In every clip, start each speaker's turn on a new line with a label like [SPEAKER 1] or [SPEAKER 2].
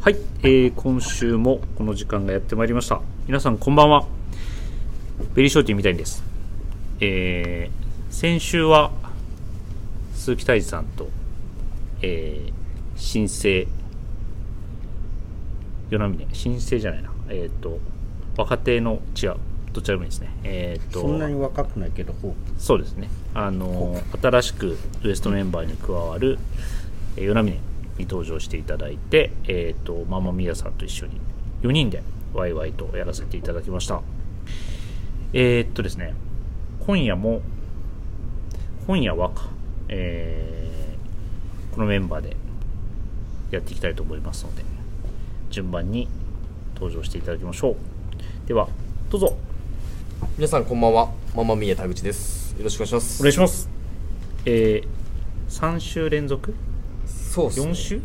[SPEAKER 1] はい、えー今週もこの時間がやってまいりました皆さんこんばんはベリーショーティーみたいですえー先週は鈴木泰治さんと、えー新生与那峰新生じゃないなえっ、と若手の違うどちらでもいいですねえっ、と
[SPEAKER 2] そんなに若くないけどホープ
[SPEAKER 1] そうですね、あの新しくウエストメンバーに加わるえー与那峰に登場していただいて、えー、とママミヤさんと一緒に4人でワイワイとやらせていただきましたえーっとですね今夜も今夜はか、えーこのメンバーでやっていきたいと思いますので順番に登場していただきましょうではどうぞ
[SPEAKER 3] 皆さんこんばんはママミエ田口ですよろしくお願いしま
[SPEAKER 1] お
[SPEAKER 3] す
[SPEAKER 1] 願いしますえー、3週連続
[SPEAKER 3] そうっすね
[SPEAKER 1] 4週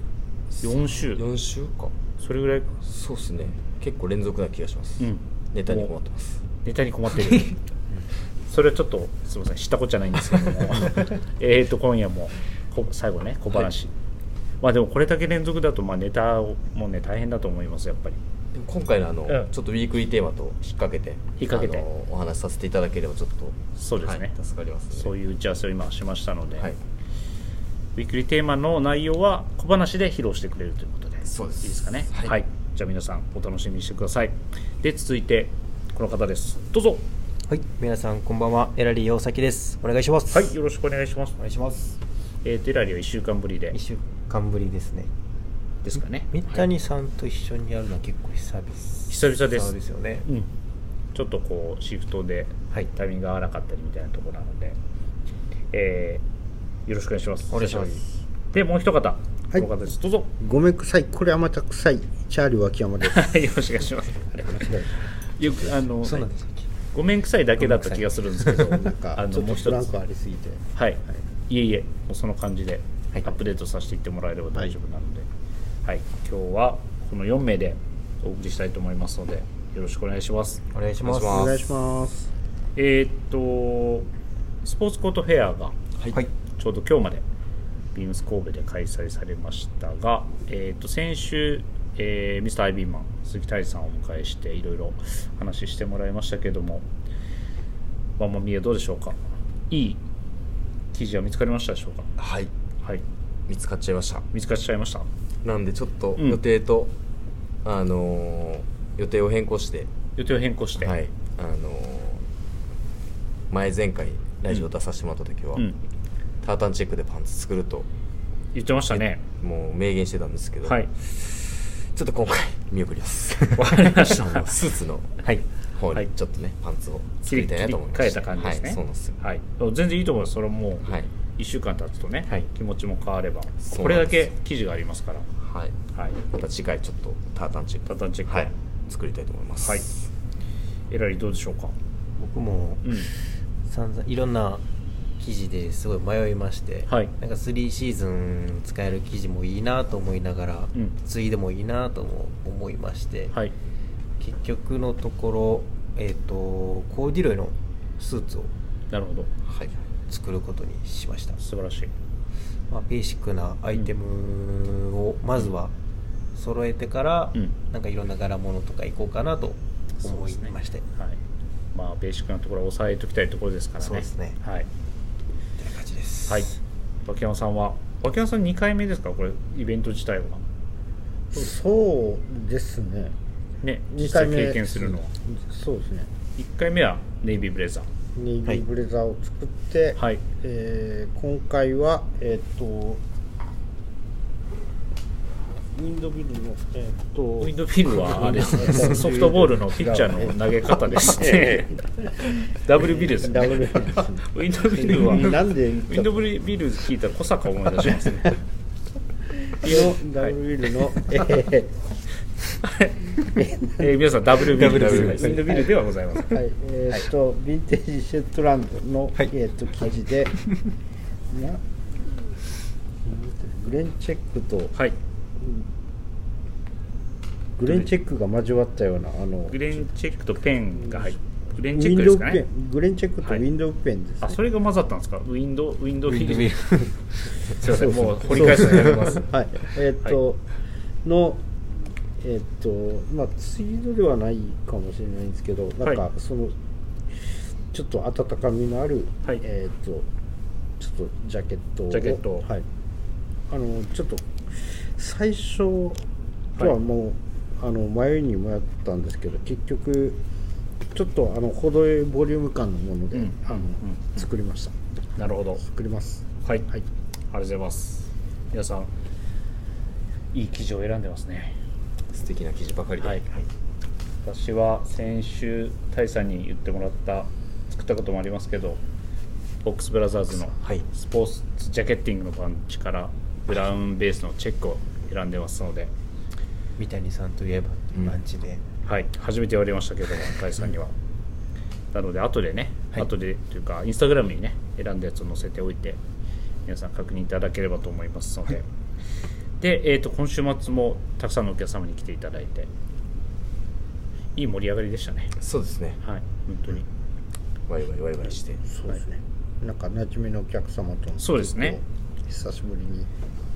[SPEAKER 1] 4週
[SPEAKER 3] 4週か
[SPEAKER 1] それぐらい
[SPEAKER 3] そうっすね結構連続な気がします、
[SPEAKER 1] うん
[SPEAKER 3] ネタに困ってます
[SPEAKER 1] ネタに困ってるそれはちょっとすみません知ったことじゃないんですけど もえーと今夜もこ最後ね小話、まあでもこれだけ連続だとまあネタをもうね大変だと思いますやっぱり
[SPEAKER 3] でも今回のあの、
[SPEAKER 1] うん
[SPEAKER 3] ちょっとウィークリーテーマと引っ掛けて
[SPEAKER 1] 引っ掛けて
[SPEAKER 3] あのお話しさせていただければちょっと
[SPEAKER 1] そうですね
[SPEAKER 3] はい助かりますね
[SPEAKER 1] そういう打ち合わせを今しましたので、
[SPEAKER 3] はい
[SPEAKER 1] ウィークリーテーマの内容は小話で披露してくれるということで
[SPEAKER 3] そうです
[SPEAKER 1] いいですかねは、
[SPEAKER 3] はいい
[SPEAKER 1] じゃあ皆さんお楽しみにしてくださいで続いてこの方ですどうぞ
[SPEAKER 4] はい、皆さんこんばんは。エラリー大崎です。お願いします。
[SPEAKER 1] はいよろしくお願いします
[SPEAKER 4] お願いします。
[SPEAKER 1] えー、テラリは1週間ぶりで
[SPEAKER 4] 一週間ぶりですね。
[SPEAKER 1] ですかね
[SPEAKER 4] 三谷さんと一緒にやるのは結構久々。久
[SPEAKER 1] 久々です
[SPEAKER 4] ですよね。
[SPEAKER 1] うん、ちょっとこうシフトで
[SPEAKER 4] はい
[SPEAKER 1] タイミングが合わなかったりみたいなところなので、えーよろしくお願いします
[SPEAKER 4] お願いします。
[SPEAKER 1] でもう一方、この方ですどうぞ
[SPEAKER 2] ごめんくさいこれはまた臭いチャーリー脇山です
[SPEAKER 1] よろしくお願いしますあれよくあの
[SPEAKER 4] そうなんですよ。
[SPEAKER 1] ごめんくさいだけだった気がするんです けど
[SPEAKER 2] なんか
[SPEAKER 1] あ
[SPEAKER 2] ち
[SPEAKER 1] の
[SPEAKER 2] ょっ
[SPEAKER 1] もう一
[SPEAKER 2] とフ
[SPEAKER 1] つ
[SPEAKER 2] ランク
[SPEAKER 1] は
[SPEAKER 2] ありすぎて
[SPEAKER 1] い、い、えいえもうその感じでア
[SPEAKER 4] はい
[SPEAKER 1] ップデートさせていってもらえれば大丈夫なので、はい今日はこの4名でお送りしたいと思いますのでよろしくお願いします
[SPEAKER 4] お願いします。
[SPEAKER 3] お
[SPEAKER 2] お
[SPEAKER 3] 願
[SPEAKER 2] 願
[SPEAKER 3] い
[SPEAKER 2] い
[SPEAKER 3] し
[SPEAKER 2] します
[SPEAKER 1] えーっとスポーツコートフェアが
[SPEAKER 4] はい。はい。
[SPEAKER 1] ちょうど今日までビームス神戸で開催されましたが、えー、と先週、えーミスター・アイビーマン鈴木泰治さんをお迎えしていろいろ話してもらいましたけどもワンマンミエどうでしょうかいい記事は見つかりましたでしょうか
[SPEAKER 3] はい
[SPEAKER 1] はい
[SPEAKER 3] 見つかっちゃいました
[SPEAKER 1] 見つかっちゃいました
[SPEAKER 3] なんでちょっと
[SPEAKER 1] ん
[SPEAKER 3] 予定と、あのー予定を変更して
[SPEAKER 1] 予定を変更して、
[SPEAKER 3] はいあのー前前回ラジオ出させてもらった時は、
[SPEAKER 1] うん、
[SPEAKER 3] タータンチェックでパンツ作ると
[SPEAKER 1] 言ってましたね
[SPEAKER 3] もう明言してたんですけど、
[SPEAKER 1] はい
[SPEAKER 3] ちょっと今回見送ります
[SPEAKER 1] わかりました
[SPEAKER 3] スーツの
[SPEAKER 4] はい。
[SPEAKER 3] 方
[SPEAKER 1] はい
[SPEAKER 3] にちょっとね、パンツを
[SPEAKER 1] 切
[SPEAKER 3] 作
[SPEAKER 1] り
[SPEAKER 3] りたい
[SPEAKER 1] 切
[SPEAKER 3] な
[SPEAKER 1] り
[SPEAKER 3] と思いま
[SPEAKER 1] 替え
[SPEAKER 3] した
[SPEAKER 1] た感じですね
[SPEAKER 3] はい、そうなんですよ
[SPEAKER 1] はい全然いいと思いますそれはもう、
[SPEAKER 3] はい、
[SPEAKER 1] 1週間経つとね、
[SPEAKER 4] はい
[SPEAKER 1] 気持ちも変われば
[SPEAKER 3] す
[SPEAKER 1] これだけ記事がありますから
[SPEAKER 3] はい、
[SPEAKER 1] はい
[SPEAKER 3] また次回ちょっとタータンチェック
[SPEAKER 1] タータンチェック
[SPEAKER 3] はい、作りたいと思います
[SPEAKER 1] はいえらりどうでしょうか
[SPEAKER 4] 僕も
[SPEAKER 1] うん
[SPEAKER 4] 散々いろんな記事ですごい迷いまして、
[SPEAKER 1] はい
[SPEAKER 4] なんか3シーズン使える記事もいいなと思いながら、
[SPEAKER 1] うん
[SPEAKER 4] ついでもいいなとも思いまして、
[SPEAKER 1] はい
[SPEAKER 4] 結局のところ、えっ、とコーディロイのスーツを
[SPEAKER 1] なるほど
[SPEAKER 3] はい
[SPEAKER 4] 作ることにしました。
[SPEAKER 1] 素晴らしい
[SPEAKER 4] まあ、ベーシックなアイテムをまずは揃えてから、
[SPEAKER 1] うん
[SPEAKER 4] なんかいろんな柄物とかいこうかなと
[SPEAKER 1] そう
[SPEAKER 4] 思
[SPEAKER 1] で
[SPEAKER 4] い
[SPEAKER 1] すね
[SPEAKER 4] まして、
[SPEAKER 1] はいまあベーシックなところは抑えておきたいところですからね
[SPEAKER 4] そうですね
[SPEAKER 1] はい、
[SPEAKER 4] みたいな感じです、
[SPEAKER 1] はい、脇山さんは脇山さん2回目ですかこれイベント自体は
[SPEAKER 2] そうですね
[SPEAKER 1] ね
[SPEAKER 2] 二
[SPEAKER 1] 実
[SPEAKER 2] 回
[SPEAKER 1] 際
[SPEAKER 2] 目
[SPEAKER 1] 経験するのは
[SPEAKER 2] そうですね
[SPEAKER 1] 1回目はネイビーブレザ
[SPEAKER 2] ネイビーブレザーを作って、
[SPEAKER 1] ーはい
[SPEAKER 2] えー今回はえーっとウィンドビルのえーっと
[SPEAKER 1] ウィンドフィルはあれです ねソフトボールのピッチャーの投げ方ですね WB ですね
[SPEAKER 2] ダブルビルですね
[SPEAKER 1] ウィンドビルは
[SPEAKER 2] なんで
[SPEAKER 1] ウ
[SPEAKER 2] 言っちゃった
[SPEAKER 1] ィンドビル聞いたら小坂思い出します ね
[SPEAKER 2] のダブルビルの、えー
[SPEAKER 1] えー皆さん WB ウィンド
[SPEAKER 4] WB
[SPEAKER 1] ビルではございません
[SPEAKER 2] はい、えーっと、ヴィンテージシェットランドの、
[SPEAKER 4] はい
[SPEAKER 2] えーっと、記事で、ななんてグレンチェックと、
[SPEAKER 1] はい
[SPEAKER 2] グレンチェックが交わったような、あの、
[SPEAKER 1] グレンチェックとペンが入ってグレ
[SPEAKER 2] ウ
[SPEAKER 1] ンチェ
[SPEAKER 2] ィ
[SPEAKER 1] ックで
[SPEAKER 2] ンドウ
[SPEAKER 1] すか
[SPEAKER 2] ペ
[SPEAKER 1] ね
[SPEAKER 2] ン、グレンチェックとウ
[SPEAKER 1] はい
[SPEAKER 2] ィンドウペンです、ね
[SPEAKER 1] あそれが混ざったんですかウィンドウィンドウィ
[SPEAKER 4] ウィンド
[SPEAKER 1] ル
[SPEAKER 4] ウィル
[SPEAKER 1] すいませんもう掘り
[SPEAKER 2] そう
[SPEAKER 1] 返すのやめま
[SPEAKER 2] そ
[SPEAKER 1] す
[SPEAKER 2] うはい、えーっと、の、えっとまあツイートではないかもしれないんですけどなん
[SPEAKER 1] は
[SPEAKER 2] かその、ちょっと温かみのある、
[SPEAKER 1] はい
[SPEAKER 2] えっとちょっとジャケットを
[SPEAKER 1] ジャケットを
[SPEAKER 2] はいあのちょっと最初とはもう、あの迷いに迷ったんですけど結局ちょっとあの程よいボリューム感のもので、
[SPEAKER 1] うん
[SPEAKER 2] あの作りました
[SPEAKER 1] なるほど
[SPEAKER 2] 作ります
[SPEAKER 1] はい、
[SPEAKER 2] はい
[SPEAKER 1] ありがとうございます皆さんいい記事を選んでますね
[SPEAKER 3] 素敵な記事ばかりで、
[SPEAKER 1] はい、私は先週タイさんに言ってもらった作ったこともありますけどボックスブラザーズの
[SPEAKER 3] はい
[SPEAKER 1] スポーツジャケッティングのパンチからブラウンベースのチェックを選んでますので、
[SPEAKER 4] 三谷さんといえば
[SPEAKER 3] うん
[SPEAKER 4] ランチで、
[SPEAKER 1] はい、初めて言われましたけどもタイさんにはなので後でね、
[SPEAKER 4] はい
[SPEAKER 1] 後でというかインスタグラムにね選んだやつを載せておいて皆さん確認いただければと思いますので、で、えー、と今週末もたくさんのお客様に来ていただいていい盛り上がりでしたね
[SPEAKER 3] そうですね
[SPEAKER 1] はい、本当に。
[SPEAKER 3] ワイワイワイワイして
[SPEAKER 2] そうですね、なんか馴染みのお客様との
[SPEAKER 1] そうですね
[SPEAKER 2] ちょっと久しぶりに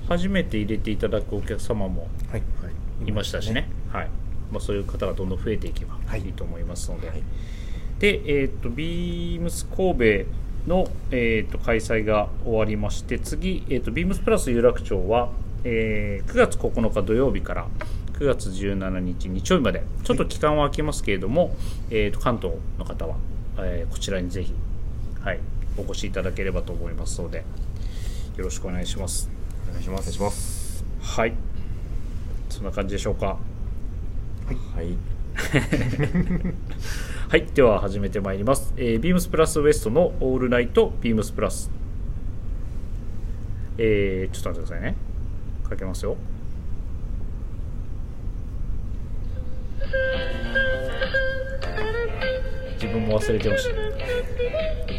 [SPEAKER 1] 初めて入れていただくお客様も
[SPEAKER 4] はい、
[SPEAKER 2] はい
[SPEAKER 1] いましたしね、はいまあ、そういう方がどんどん増えていけば
[SPEAKER 4] はい
[SPEAKER 1] いいと思いますので、
[SPEAKER 3] はい
[SPEAKER 1] で、えー、とビームス神戸の、えー、と開催が終わりまして次、えー、とビームスプラス有楽町は、えー9月9日土曜日から9月17日日曜日までちょっと期間は空きますけれども、えー、と関東の方は、えーこちらにぜひ、はい、お越しいただければと思いますのでよろしくお願いします。
[SPEAKER 3] お願いしますお願いします
[SPEAKER 1] はいそんな感じでしょうか
[SPEAKER 3] はい
[SPEAKER 1] はいでは始めてまいります、えー、ビームスプラスウエストのオールナイトビームスプラスえー、ちょっと待ってくださいねかけますよ自分も忘れて ました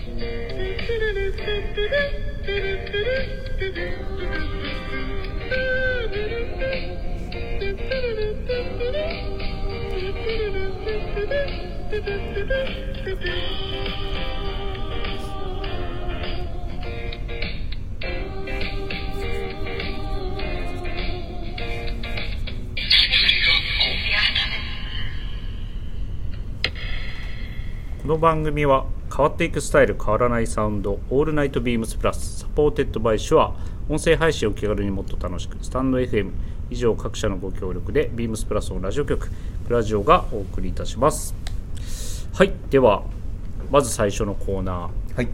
[SPEAKER 1] この番組は変わっていくスタイル変わらないサウンド「オールナイトビームスプラス」サポーテッドバイシュア音声配信を気軽にもっと楽しくスタンド FM 以上各社のご協力でビームスプラスのラジオ局プラジオがお送りいたしますはいではまず最初のコーナー
[SPEAKER 4] はい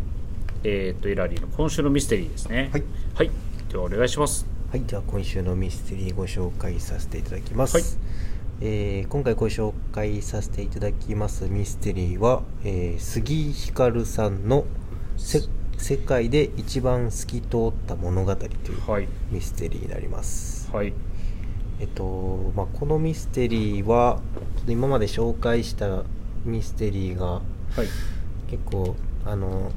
[SPEAKER 1] えっ、とエラリーの今週のミステリーですね
[SPEAKER 4] はい、
[SPEAKER 1] はい、ではお願いします
[SPEAKER 4] はい、では今週のミステリーご紹介させていただきます、
[SPEAKER 1] はい
[SPEAKER 4] えー今回ご紹介させていただきますミステリーは、えー杉井ひかるさんのせ「世界で一番透き通った物語」という
[SPEAKER 1] はい
[SPEAKER 4] ミステリーになります、
[SPEAKER 1] はい
[SPEAKER 4] えっとまあ、このミステリーはちょっと今まで紹介したミステリーが
[SPEAKER 1] はい
[SPEAKER 4] 結構あの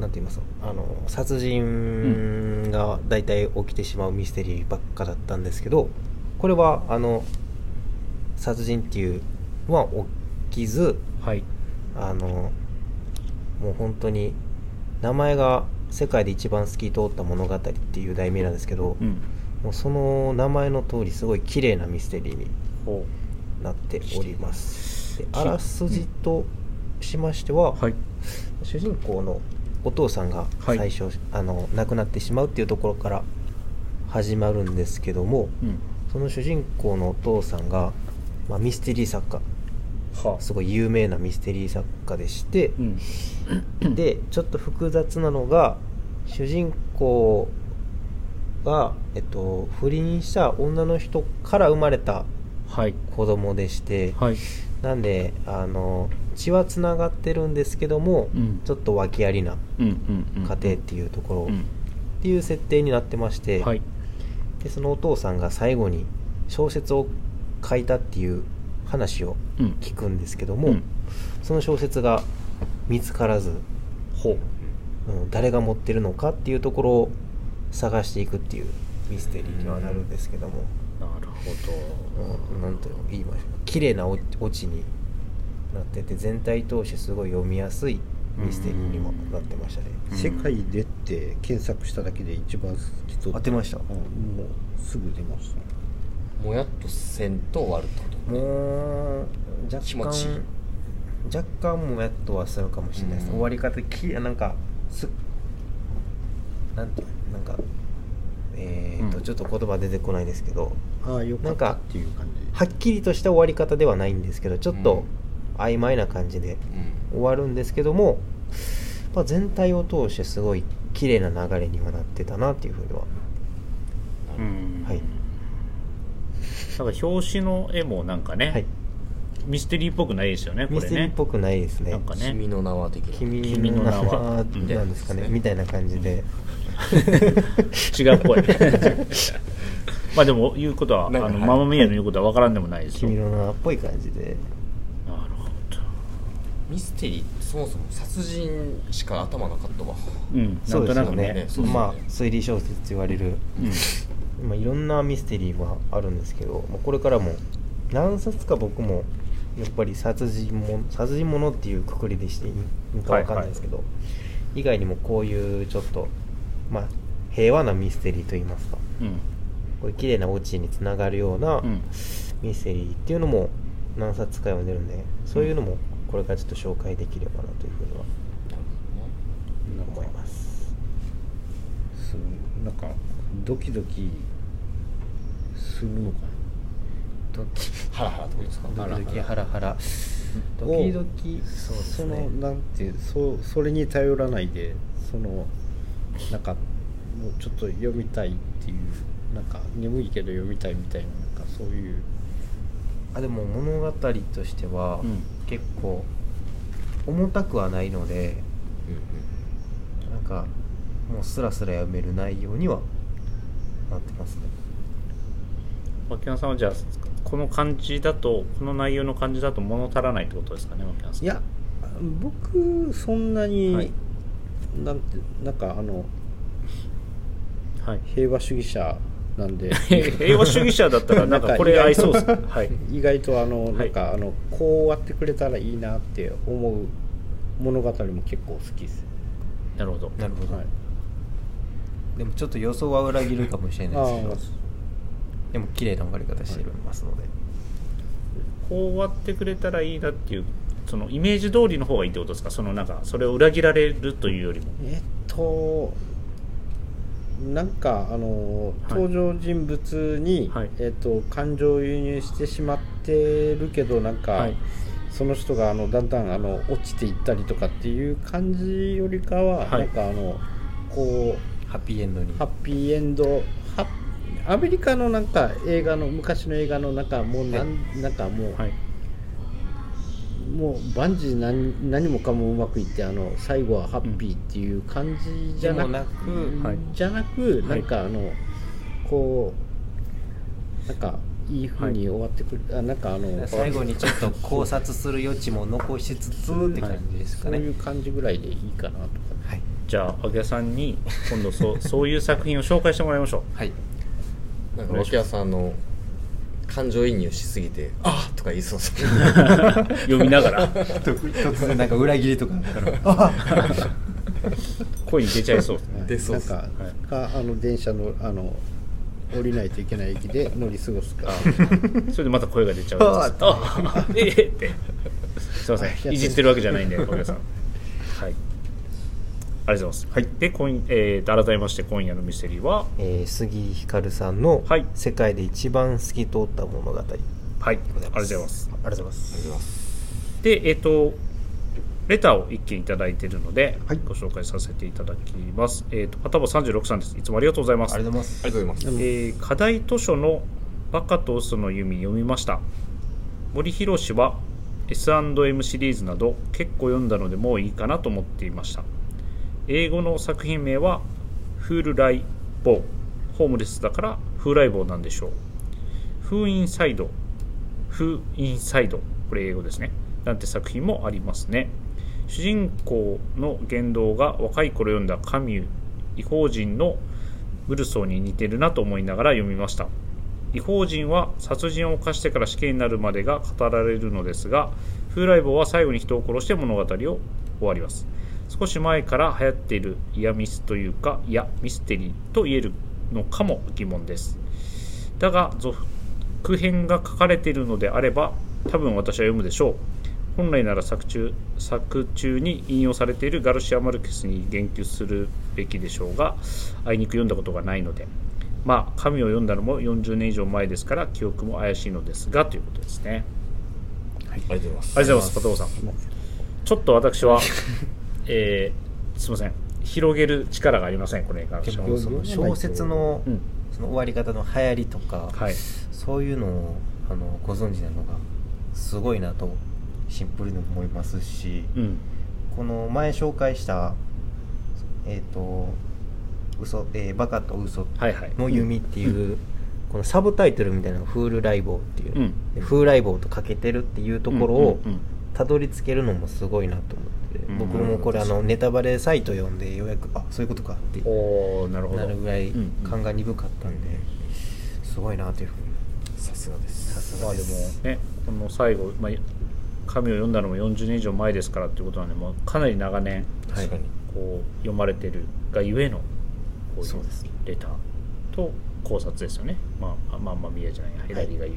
[SPEAKER 4] なんて言いますかあの殺人が大体起きてしまうミステリーばっかだったんですけどこれはあの殺人っていうのは起きず
[SPEAKER 1] はい
[SPEAKER 4] あのもう本当に名前が「世界で一番透き通った物語」っていう題名なんですけど、
[SPEAKER 1] うん
[SPEAKER 4] もうその名前の通りすごい綺麗なミステリーに
[SPEAKER 1] お
[SPEAKER 4] なっておりますで
[SPEAKER 1] き
[SPEAKER 4] あらすじとしましては、
[SPEAKER 1] はい
[SPEAKER 4] 主人公のお父さんが
[SPEAKER 1] はい
[SPEAKER 4] 最初、あの亡くなってしまうっていうところから始まるんですけども
[SPEAKER 1] うん
[SPEAKER 4] その主人公のお父さんが、まあ、ミステリー作家
[SPEAKER 1] は
[SPEAKER 4] すごい有名なミステリー作家でして、
[SPEAKER 1] うん
[SPEAKER 4] でちょっと複雑なのが主人公が、えっと、不倫した女の人から生まれた
[SPEAKER 1] はい
[SPEAKER 4] 子供でして、
[SPEAKER 1] はい
[SPEAKER 4] なんであの血はつながってるんですけども、
[SPEAKER 1] うん
[SPEAKER 4] ちょっと訳ありな
[SPEAKER 1] うんうんうん
[SPEAKER 4] 家庭っていうところ、
[SPEAKER 1] うん
[SPEAKER 4] っていう設定になってまして、
[SPEAKER 1] はい
[SPEAKER 4] でそのお父さんが最後に小説を書いたっていう話を
[SPEAKER 1] うん
[SPEAKER 4] 聞くんですけども、
[SPEAKER 1] うん
[SPEAKER 4] その小説が見つからず、
[SPEAKER 1] ほう
[SPEAKER 4] うん誰が持ってるのかっていうところを探していくっていうミステリーにはなるんですけども、
[SPEAKER 1] なるほ
[SPEAKER 4] うんなんと言いましょう綺麗なオオチになってて全体通してすごい読みやすいミステリーにもなってましたね。
[SPEAKER 1] うん
[SPEAKER 2] 世界でって検索しただけで一番好きと
[SPEAKER 4] 当てました
[SPEAKER 2] うんもうすぐ出ました
[SPEAKER 3] もやっとせんと終わるってこと
[SPEAKER 4] もう若
[SPEAKER 3] 気
[SPEAKER 4] 干
[SPEAKER 3] 持ちいい
[SPEAKER 4] 若干もやっとはするかもしれないです、
[SPEAKER 3] うん
[SPEAKER 4] 終わり方きなんかすなんていうなんかえーと、
[SPEAKER 1] うん
[SPEAKER 4] ちょっと言葉出てこないですけど
[SPEAKER 2] ああよかったっていう感じ
[SPEAKER 4] はっきりとした終わり方ではないんですけどちょっと曖昧な感じで
[SPEAKER 3] うん
[SPEAKER 4] 終わるんですけども、まあ、全体を通してすごい綺麗な流れにはなってたなっていうふうには
[SPEAKER 1] うん
[SPEAKER 4] はい
[SPEAKER 1] なんか表紙の絵もなんかね、
[SPEAKER 4] はい
[SPEAKER 1] ミステリーっぽくないですよねこれね
[SPEAKER 4] ミステリーっぽくないですね
[SPEAKER 1] なんかね
[SPEAKER 3] 君の名は的な
[SPEAKER 4] 君
[SPEAKER 1] 君の
[SPEAKER 4] の
[SPEAKER 1] 名
[SPEAKER 4] 名
[SPEAKER 1] は
[SPEAKER 4] はなんですかね
[SPEAKER 3] うん
[SPEAKER 4] みたいな感じで、
[SPEAKER 1] 違うっぽい まあでも言うことはあ
[SPEAKER 3] なんか
[SPEAKER 1] の
[SPEAKER 3] はい
[SPEAKER 1] ママミヤの言うことは分からんでもないですよ
[SPEAKER 4] 君
[SPEAKER 1] なる
[SPEAKER 4] の名はっぽい感じで
[SPEAKER 1] ほど
[SPEAKER 3] ミステリーってそもそも殺人しか頭なかったわ
[SPEAKER 1] うんな
[SPEAKER 4] そ
[SPEAKER 1] ん
[SPEAKER 4] うで
[SPEAKER 1] と
[SPEAKER 4] すよ
[SPEAKER 1] なく
[SPEAKER 4] ね
[SPEAKER 1] ね
[SPEAKER 3] そうですよね
[SPEAKER 4] まあ推理小説って言われる、
[SPEAKER 1] うん
[SPEAKER 4] まあ、いろんなミステリーはあるんですけど、まあ、これからも何冊か僕もやっぱり殺人も殺人ものっていうくくりでしていいのかわかんないですけど、以外にもこういうちょっとまあ平和なミステリーといいますか
[SPEAKER 1] うん
[SPEAKER 4] こういう綺麗なオチにつながるような
[SPEAKER 1] うん
[SPEAKER 4] ミステリーっていうのも何冊か読んでるんでそういうのもこれからちょっと紹介できればなというふうには思います。
[SPEAKER 2] そうなんかドキドキするのかな
[SPEAKER 3] ハラハラってことですか
[SPEAKER 4] ドキドキハラハラド
[SPEAKER 2] を
[SPEAKER 4] キドキそうです
[SPEAKER 2] そ
[SPEAKER 4] ね
[SPEAKER 2] のなんていうそうそれに頼らないでそのなんかもうちょっと読みたいっていうなんか眠いけど読みたいみたいななんかそういう
[SPEAKER 4] あでも物語としては
[SPEAKER 1] うん
[SPEAKER 4] 結構重たくはないので、なんかもうスラスラ読める内容にはなってますね
[SPEAKER 1] 脇野さんはじゃあこの感じだとこの内容の感じだと物足らないってことですかね脇野さん
[SPEAKER 2] いや僕そんなに、
[SPEAKER 1] はい
[SPEAKER 2] なんてなんかあの
[SPEAKER 1] はい
[SPEAKER 2] 平和主義者なん で
[SPEAKER 1] 平和主義者だったらなんかこれ合いそうですはい
[SPEAKER 2] 意外とあの
[SPEAKER 1] い
[SPEAKER 2] なんか、あのこうあってくれたらいいなって思う物語も結構好きです、
[SPEAKER 1] なるほど
[SPEAKER 4] なるほど、
[SPEAKER 2] はい、
[SPEAKER 4] でもちょっと予想は裏切るかもしれないですけ
[SPEAKER 2] あ
[SPEAKER 4] ど
[SPEAKER 2] ー
[SPEAKER 4] でも綺麗な終わり方してますので、
[SPEAKER 1] こう終わってくれたらいいなっていうそのイメージ通りの方がいいってことですかそのなんかそれを裏切られるというよりも
[SPEAKER 2] えっとなんかあの、登場人物に、
[SPEAKER 1] はい
[SPEAKER 2] えっと、感情を輸入してしまってるけどなんか、
[SPEAKER 1] はい
[SPEAKER 2] その人があのだんだんあの落ちていったりとかっていう感じよりかは、
[SPEAKER 1] はい
[SPEAKER 2] なんかあのこ
[SPEAKER 4] ハッピーエンドに
[SPEAKER 2] うハッピーエンドハッアメリカのなんか映画の昔の映画のなんかもうなん,、なんかもう、
[SPEAKER 1] はい
[SPEAKER 2] もう万事何何もかもうまくいってあの最後はハッピーっていう感じじ
[SPEAKER 4] で
[SPEAKER 2] ゃな
[SPEAKER 4] も
[SPEAKER 2] く
[SPEAKER 4] なく、
[SPEAKER 1] はい
[SPEAKER 2] じゃなく、
[SPEAKER 1] はい
[SPEAKER 2] なんかあのこうなんかいい風に終わってくる、あなんかあの
[SPEAKER 4] 最後にちょっと考察する余地も残しつつって感じですか
[SPEAKER 2] そう
[SPEAKER 4] ね、
[SPEAKER 2] いう感じぐらいでいいかなとか
[SPEAKER 4] はい
[SPEAKER 1] じゃあ脇野さんに今度そうそういう作品を紹介してもらいましょ
[SPEAKER 4] はい
[SPEAKER 3] なんか脇屋さんの感情移入しすぎて「あーとか言いそうですね
[SPEAKER 1] う 読みながら
[SPEAKER 4] 突然なんか裏切りとかあったらあ
[SPEAKER 1] 声に出ちゃいそうですね
[SPEAKER 2] は
[SPEAKER 3] 出
[SPEAKER 2] い
[SPEAKER 3] そう
[SPEAKER 2] な
[SPEAKER 3] っ
[SPEAKER 2] ん
[SPEAKER 3] す
[SPEAKER 2] か、かあの電車のあの降りないといけない駅で乗り過ご すか
[SPEAKER 1] それでまた声が出ちゃうやつですあ ええってすいませんいじってるわけじゃないんで小さんはいありがとうございます、はい、で今、えー、改めまして今夜のミステリーは
[SPEAKER 4] えー杉井ひかるさんの
[SPEAKER 1] はい
[SPEAKER 4] 「世界で一番透き通った物語」で
[SPEAKER 1] はいあり
[SPEAKER 4] ご
[SPEAKER 1] が
[SPEAKER 4] ざ
[SPEAKER 1] と
[SPEAKER 4] い
[SPEAKER 1] う
[SPEAKER 4] ま
[SPEAKER 1] ご
[SPEAKER 4] す
[SPEAKER 1] ざいます
[SPEAKER 4] ありがとうございます
[SPEAKER 1] でえっ、とレターを一件いただいているので、ご紹介させていただきます。えっ、と、パタボ36さんです。いつもありがとうございます。
[SPEAKER 4] ありがとうございます
[SPEAKER 3] ありがとうございます
[SPEAKER 1] えー課題図書の「バカと嘘の弓」読みました森博氏は S&M シリーズなど結構読んだのでもういいかなと思っていました英語の作品名は「フールライボー」ホームレスだから「フーライボー」なんでしょう「フーインサイド」「フーインサイド」これ英語ですねなんて作品もありますね主人公の言動が若い頃読んだカミュー異邦人のブルソーに似てるなと思いながら読みました異邦人は殺人を犯してから死刑になるまでが語られるのですが風来坊は最後に人を殺して物語を終わります少し前から流行っているイヤミスというかいやミステリーと言えるのかも疑問ですだがゾフ続編が書かれているのであれば多分私は読むでしょう本来なら作中作中に引用されているガルシア・マルケスに言及するべきでしょうがあいにく読んだことがないのでまあ神を読んだのも40年以上前ですから記憶も怪しいのですがということですね
[SPEAKER 3] ありがとうございます
[SPEAKER 1] ありがとうございます加藤さんちょっと私は えーすいません広げる力がありませんこれに関して
[SPEAKER 4] で
[SPEAKER 1] は
[SPEAKER 4] もその小説の
[SPEAKER 1] うん
[SPEAKER 4] その終わり方の流行りとか、
[SPEAKER 1] はい
[SPEAKER 4] そういうのをあのご存知なのがすごいなとシンプルに思いますし、
[SPEAKER 1] うん
[SPEAKER 4] この前紹介した「えーと嘘えーバカと嘘
[SPEAKER 1] はいはい
[SPEAKER 4] の弓」っていう、このサブタイトルみたいなのが「風来雷棒」っていう、
[SPEAKER 1] うん
[SPEAKER 4] で風来棒とかけてるっていうところを
[SPEAKER 1] うんうんうん
[SPEAKER 4] たどり着けるのもすごいなと思っ
[SPEAKER 1] う
[SPEAKER 4] て、
[SPEAKER 1] ん
[SPEAKER 4] 僕もこれあのネタバレサイト読んでようやくあそういうことかって
[SPEAKER 1] おおなるほど
[SPEAKER 4] なるぐらい
[SPEAKER 1] うんうん
[SPEAKER 4] 勘が鈍かったんで、すごいなというふうに
[SPEAKER 3] さすがです
[SPEAKER 4] さす
[SPEAKER 1] ま
[SPEAKER 4] が
[SPEAKER 1] あ
[SPEAKER 4] で、
[SPEAKER 1] ですもねこの最後、まあ、紙を読んだのも40年以上前ですからということなんでもうかなり長年
[SPEAKER 3] 確かに、
[SPEAKER 1] こう読まれてるがゆえのこうい
[SPEAKER 4] そううです
[SPEAKER 1] レターと考察ですよね、まあ、あまあまあ宮じゃないヘラリーが言う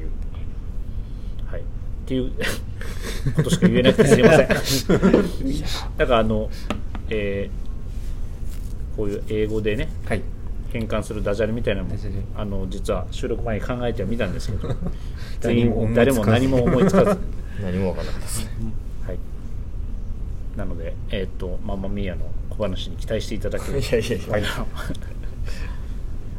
[SPEAKER 1] はい、っていうことしか言えなくてすいません だからあの、えーこういう英語でね
[SPEAKER 4] はい
[SPEAKER 1] 変換するダジャレみたいなのも
[SPEAKER 4] ダジャレ
[SPEAKER 1] あの実は収録前に考えてはみたんですけど全
[SPEAKER 4] 何も思
[SPEAKER 1] 員
[SPEAKER 4] いつかず
[SPEAKER 1] 誰も何も思いつかず、は
[SPEAKER 3] 何もわからなかったですね
[SPEAKER 1] い、なので、えーっとママミヤの小話に期待していただける
[SPEAKER 3] いやいやいや
[SPEAKER 1] はい、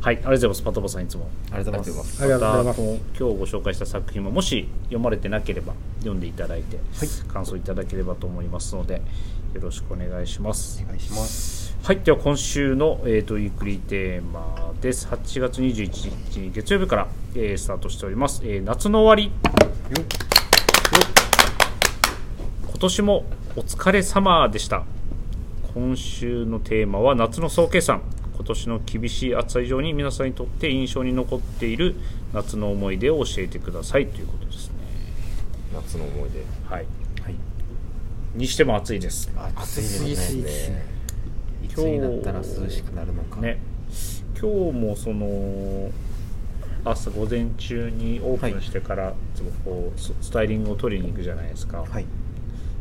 [SPEAKER 1] はい、ありがとうございますパトボさんいつも
[SPEAKER 4] ありがとうございま
[SPEAKER 3] ありがとうございます
[SPEAKER 2] ありがとうございま
[SPEAKER 1] ますたこの今日ご紹介した作品ももし読まれてなければ読んでいただいて、感想いただければと思いますのでよろしくお願いします
[SPEAKER 4] お願いします
[SPEAKER 1] はい、では今週の、えー、とウィークリーテーマです。8月21日月曜日から、えースタートしております。えー夏の終わり。今年もお疲れ様でした。今週のテーマは夏の総計算。今年の厳しい暑さ以上に皆さんにとって印象に残っている夏の思い出を教えてくださいということですね。
[SPEAKER 3] 夏の思い出
[SPEAKER 1] はい。
[SPEAKER 4] はい
[SPEAKER 1] にしても暑いです。
[SPEAKER 4] 暑
[SPEAKER 3] 暑すぎっす
[SPEAKER 4] いですね
[SPEAKER 3] ね
[SPEAKER 4] いつになったら涼しくなるのか、
[SPEAKER 1] ね、今日もその朝午前中にオープンしてから、いつもこうススタイリングを取りに行くじゃないですか、
[SPEAKER 4] はい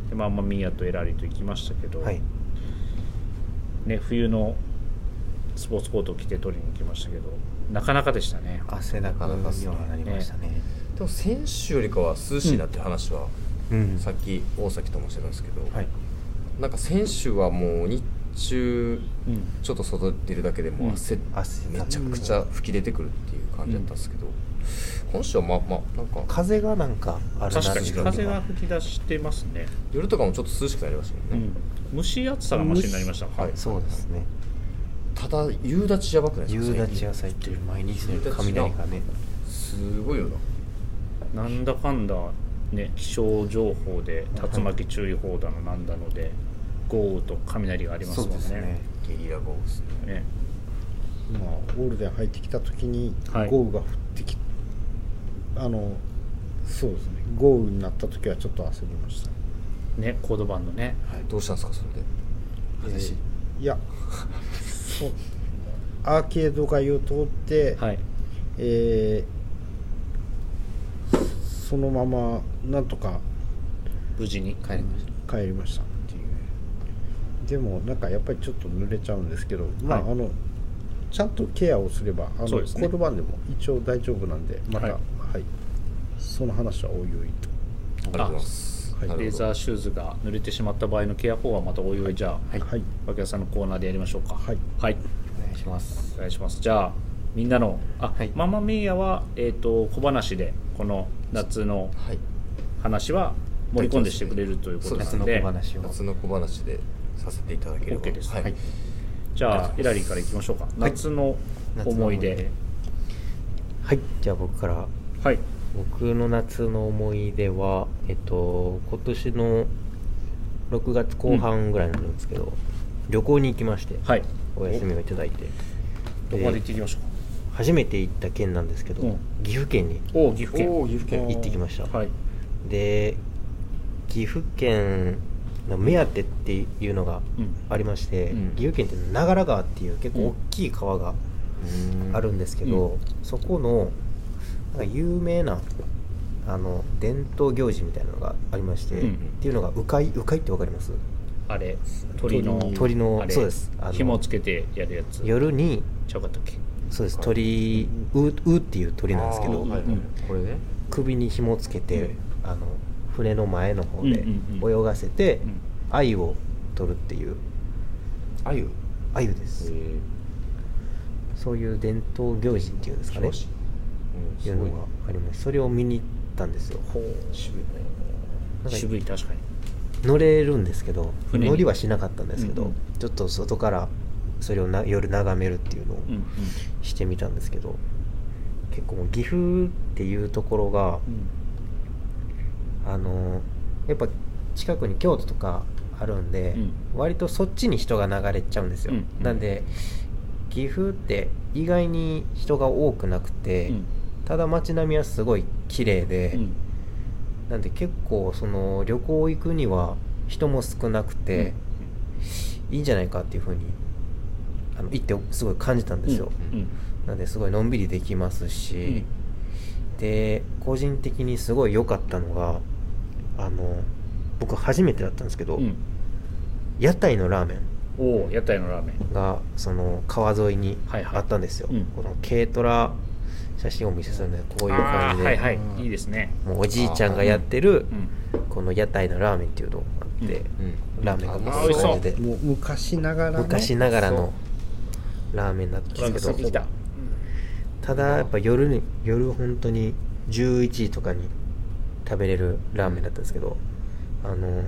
[SPEAKER 1] でまあまあミーヤとエラリと行きましたけど、
[SPEAKER 4] はい
[SPEAKER 1] ね、冬のスポーツコートを着て取りに行きましたけどなかなかでしたね
[SPEAKER 4] 汗だくにはなりましたね
[SPEAKER 3] でも先週よりかは涼しいなって話
[SPEAKER 4] う
[SPEAKER 3] は、
[SPEAKER 4] ん
[SPEAKER 3] さっき大崎ともしてたんですけど、
[SPEAKER 4] はい
[SPEAKER 3] なんか先週はもう日中
[SPEAKER 1] うん
[SPEAKER 3] ちょっと外出るだけでも汗、
[SPEAKER 4] 汗
[SPEAKER 3] めちゃくちゃ吹き出てくるっていう感じだったんですけど、今週はまあまあなんか
[SPEAKER 4] 風がなんかあるな
[SPEAKER 1] 確かに
[SPEAKER 4] っていう感じ
[SPEAKER 1] 風
[SPEAKER 4] が
[SPEAKER 1] が吹き出してますね、
[SPEAKER 3] 夜とかもちょっと涼しくなりました
[SPEAKER 1] う
[SPEAKER 3] もんね、
[SPEAKER 1] ん、蒸し暑さがマシになりました、
[SPEAKER 3] はい
[SPEAKER 4] そうですね
[SPEAKER 3] ただ夕立やばくないです
[SPEAKER 4] 夕
[SPEAKER 3] か
[SPEAKER 4] 立野菜っていう毎日のように雷がね
[SPEAKER 3] すごいよな
[SPEAKER 1] なんだかんだ、ね、気象情報で竜巻注意報だのなんだので、豪雨と雷がありますもんね
[SPEAKER 3] ゲリラ豪雨ですね
[SPEAKER 1] ね
[SPEAKER 2] まあ、オールデン入ってきた時に
[SPEAKER 1] はい
[SPEAKER 2] 豪雨が降ってき、あのそうですね豪雨になった時はちょっと焦りました、
[SPEAKER 1] ねコードバンドね
[SPEAKER 3] はいどうしたんですかそれで私
[SPEAKER 2] えーいやそうアーケード街を通って、
[SPEAKER 1] はい
[SPEAKER 2] えーそのままなんとか
[SPEAKER 1] 無事に帰りました
[SPEAKER 2] 帰りましたっていうでもなんかやっぱりちょっと濡れちゃうんですけど、まああ
[SPEAKER 1] はい
[SPEAKER 2] のちゃんとケアをすればあの、
[SPEAKER 1] そ
[SPEAKER 2] コ
[SPEAKER 1] うですね
[SPEAKER 2] ードバンでも一応大丈夫なんでま
[SPEAKER 1] は
[SPEAKER 2] た、
[SPEAKER 1] い
[SPEAKER 2] はいその話はおいおいと
[SPEAKER 3] ありがとうございます
[SPEAKER 2] あ
[SPEAKER 3] なるほど
[SPEAKER 1] レーザーシューズが濡れてしまった場合のケア法はまたおいおいじゃあ、
[SPEAKER 2] はいはい、
[SPEAKER 1] 脇田さんのコーナーでやりましょうか
[SPEAKER 2] はい
[SPEAKER 1] はい、
[SPEAKER 4] お願いします
[SPEAKER 1] お願いしますじゃあみんなのあ、
[SPEAKER 4] はい
[SPEAKER 1] ママミーヤは、えー、と小話でこの夏の
[SPEAKER 3] はい
[SPEAKER 1] 話は盛り込んでしてくれるということな
[SPEAKER 4] 夏
[SPEAKER 1] の
[SPEAKER 4] の
[SPEAKER 1] で
[SPEAKER 4] 小話を
[SPEAKER 3] 夏の小話でさせていただければ
[SPEAKER 1] OK です
[SPEAKER 3] はい、
[SPEAKER 1] はいじゃあエラリーからいきましょうか夏の思い出
[SPEAKER 4] はいじゃあ僕から
[SPEAKER 1] はい
[SPEAKER 4] 僕の夏の思い出はえっと今年の6月後半ぐらいになるんですけど、旅行に行きまして、
[SPEAKER 1] はい
[SPEAKER 4] お休みをいただいて
[SPEAKER 1] どこまで行ってきましょ
[SPEAKER 4] 初めて行った県なんですけど、
[SPEAKER 1] うん
[SPEAKER 4] 岐阜県に
[SPEAKER 1] うかおお岐阜県
[SPEAKER 3] 岐阜
[SPEAKER 4] 行ってきました、
[SPEAKER 1] はい
[SPEAKER 4] で岐阜県の目当てっていうのが
[SPEAKER 1] うん
[SPEAKER 4] ありまして、
[SPEAKER 1] うん
[SPEAKER 4] 岐阜県って長良川っていう結構大きい川があるんですけど、
[SPEAKER 1] うん
[SPEAKER 4] そこのなんか有名なあの伝統行事みたいなのがありまして、
[SPEAKER 1] うん
[SPEAKER 4] っていうのが鵜飼鵜飼ってわかります
[SPEAKER 1] あれ鳥の
[SPEAKER 4] 鳥の
[SPEAKER 1] あれ
[SPEAKER 4] そうですあの
[SPEAKER 1] 紐つけてやるやつ
[SPEAKER 4] 夜に
[SPEAKER 1] ちゃうかったっけ
[SPEAKER 4] そうです鳥ううっていう鳥なんですけど、
[SPEAKER 3] あーはいはいこれね
[SPEAKER 4] 首に紐つけて、
[SPEAKER 1] うん
[SPEAKER 4] あの船の前の方で
[SPEAKER 1] うんうんうん
[SPEAKER 4] 泳がせて、
[SPEAKER 1] うん
[SPEAKER 4] 鮎を取るっていう
[SPEAKER 3] あゆ
[SPEAKER 4] 鮎です、そういう伝統行事っていうんですかね
[SPEAKER 3] 表
[SPEAKER 4] い
[SPEAKER 3] 紙
[SPEAKER 4] う
[SPEAKER 3] うん
[SPEAKER 4] の
[SPEAKER 3] す
[SPEAKER 4] がありますそれを見に行ったんですよ
[SPEAKER 3] ごい渋いね
[SPEAKER 4] なんか
[SPEAKER 1] 渋い確かに
[SPEAKER 4] 乗れるんですけど
[SPEAKER 1] 船に
[SPEAKER 4] 乗りはしなかったんですけど、
[SPEAKER 1] うんうん
[SPEAKER 4] ちょっと外からそれをな夜眺めるっていうのを
[SPEAKER 1] うんうん
[SPEAKER 4] してみたんですけど、結構もう岐阜っていうところが、あのやっぱ近くに京都とかあるんで、
[SPEAKER 1] うん
[SPEAKER 4] 割とそっちに人が流れちゃうんですよ、
[SPEAKER 1] うんうん
[SPEAKER 4] なんで岐阜って意外に人が多くなくて、
[SPEAKER 1] うん
[SPEAKER 4] ただ街並みはすごい綺麗で、
[SPEAKER 1] うん
[SPEAKER 4] なんで結構その旅行行くには人も少なくて、いいんじゃないかっていうふうにあの行ってすごい感じたんですよ、
[SPEAKER 1] うん
[SPEAKER 4] なんですごいのんびりできます
[SPEAKER 1] う
[SPEAKER 4] し
[SPEAKER 1] ん、
[SPEAKER 4] で個人的にすごい良かったのがあの僕初めてだったんですけど、
[SPEAKER 1] うん
[SPEAKER 4] 屋台のラーメン
[SPEAKER 1] おお屋台のラーメン
[SPEAKER 4] がその川沿いに
[SPEAKER 1] はいはい
[SPEAKER 4] あったんですよ、
[SPEAKER 1] うん
[SPEAKER 4] この軽トラ写真をお見せするのでこういう
[SPEAKER 1] あ
[SPEAKER 4] 感
[SPEAKER 1] ー
[SPEAKER 4] じで、
[SPEAKER 1] はいはいいいですね
[SPEAKER 4] もうおじいちゃんがやってる
[SPEAKER 1] うん
[SPEAKER 4] この屋台のラーメンっていうのがあって、
[SPEAKER 3] うん
[SPEAKER 4] ラーメンが
[SPEAKER 3] あ
[SPEAKER 4] こういう感じで
[SPEAKER 2] もう昔ながらの
[SPEAKER 4] 昔ながらのラーメンだったん
[SPEAKER 1] トランク
[SPEAKER 4] です
[SPEAKER 1] ス
[SPEAKER 4] け
[SPEAKER 1] き
[SPEAKER 4] ど
[SPEAKER 1] た
[SPEAKER 4] ただやっぱ夜に夜本当に11時とかに食べれるラーメンだったんですけどあの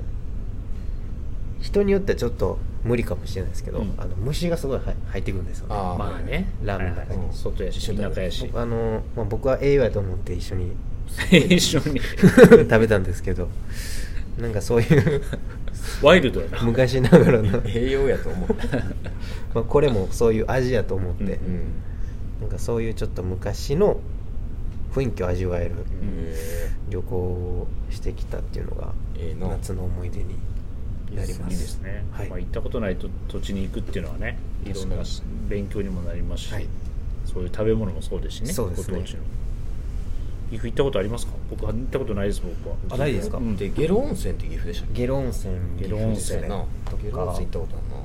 [SPEAKER 4] 人によってはちょっと無理かもしれないですけど、
[SPEAKER 1] うん
[SPEAKER 4] あの虫がすごい入入ってくるんですよね
[SPEAKER 3] あー
[SPEAKER 1] まあね
[SPEAKER 4] ラーメンだ
[SPEAKER 1] は
[SPEAKER 4] から
[SPEAKER 1] いはい外やし田舎やし
[SPEAKER 4] あの、まあ、僕は栄養やと思って一 緒に
[SPEAKER 1] 一緒に
[SPEAKER 4] 食べたんですけどなんかそういう
[SPEAKER 1] ワイルドやな
[SPEAKER 4] 昔ながらの、
[SPEAKER 3] 栄養やと思う
[SPEAKER 4] まあ、これもそういう味やと思って、
[SPEAKER 1] うん
[SPEAKER 3] うん
[SPEAKER 4] なんかそういうちょっと昔の雰囲気を味わえる
[SPEAKER 3] え
[SPEAKER 4] 旅行をしてきたっていうのが
[SPEAKER 3] ーええな
[SPEAKER 4] 夏の思い出になりま
[SPEAKER 1] いいです
[SPEAKER 4] す
[SPEAKER 1] ね、
[SPEAKER 4] はい
[SPEAKER 1] まあ、行ったことないと土地に行くっていうのはねいろんな
[SPEAKER 3] 確か
[SPEAKER 1] 勉強にもなりますし、
[SPEAKER 4] はい
[SPEAKER 1] そういう食べ物もそうですしね
[SPEAKER 4] そうですね
[SPEAKER 1] ご当地の岐阜行ったことありますか僕は行ったことないです僕は
[SPEAKER 4] あないですか
[SPEAKER 1] うん
[SPEAKER 3] でゲロ温泉って岐阜でしたっけ
[SPEAKER 4] 下呂温泉
[SPEAKER 1] 下呂温泉
[SPEAKER 3] ですよね
[SPEAKER 4] と
[SPEAKER 3] ゲロ温泉行ったことあるな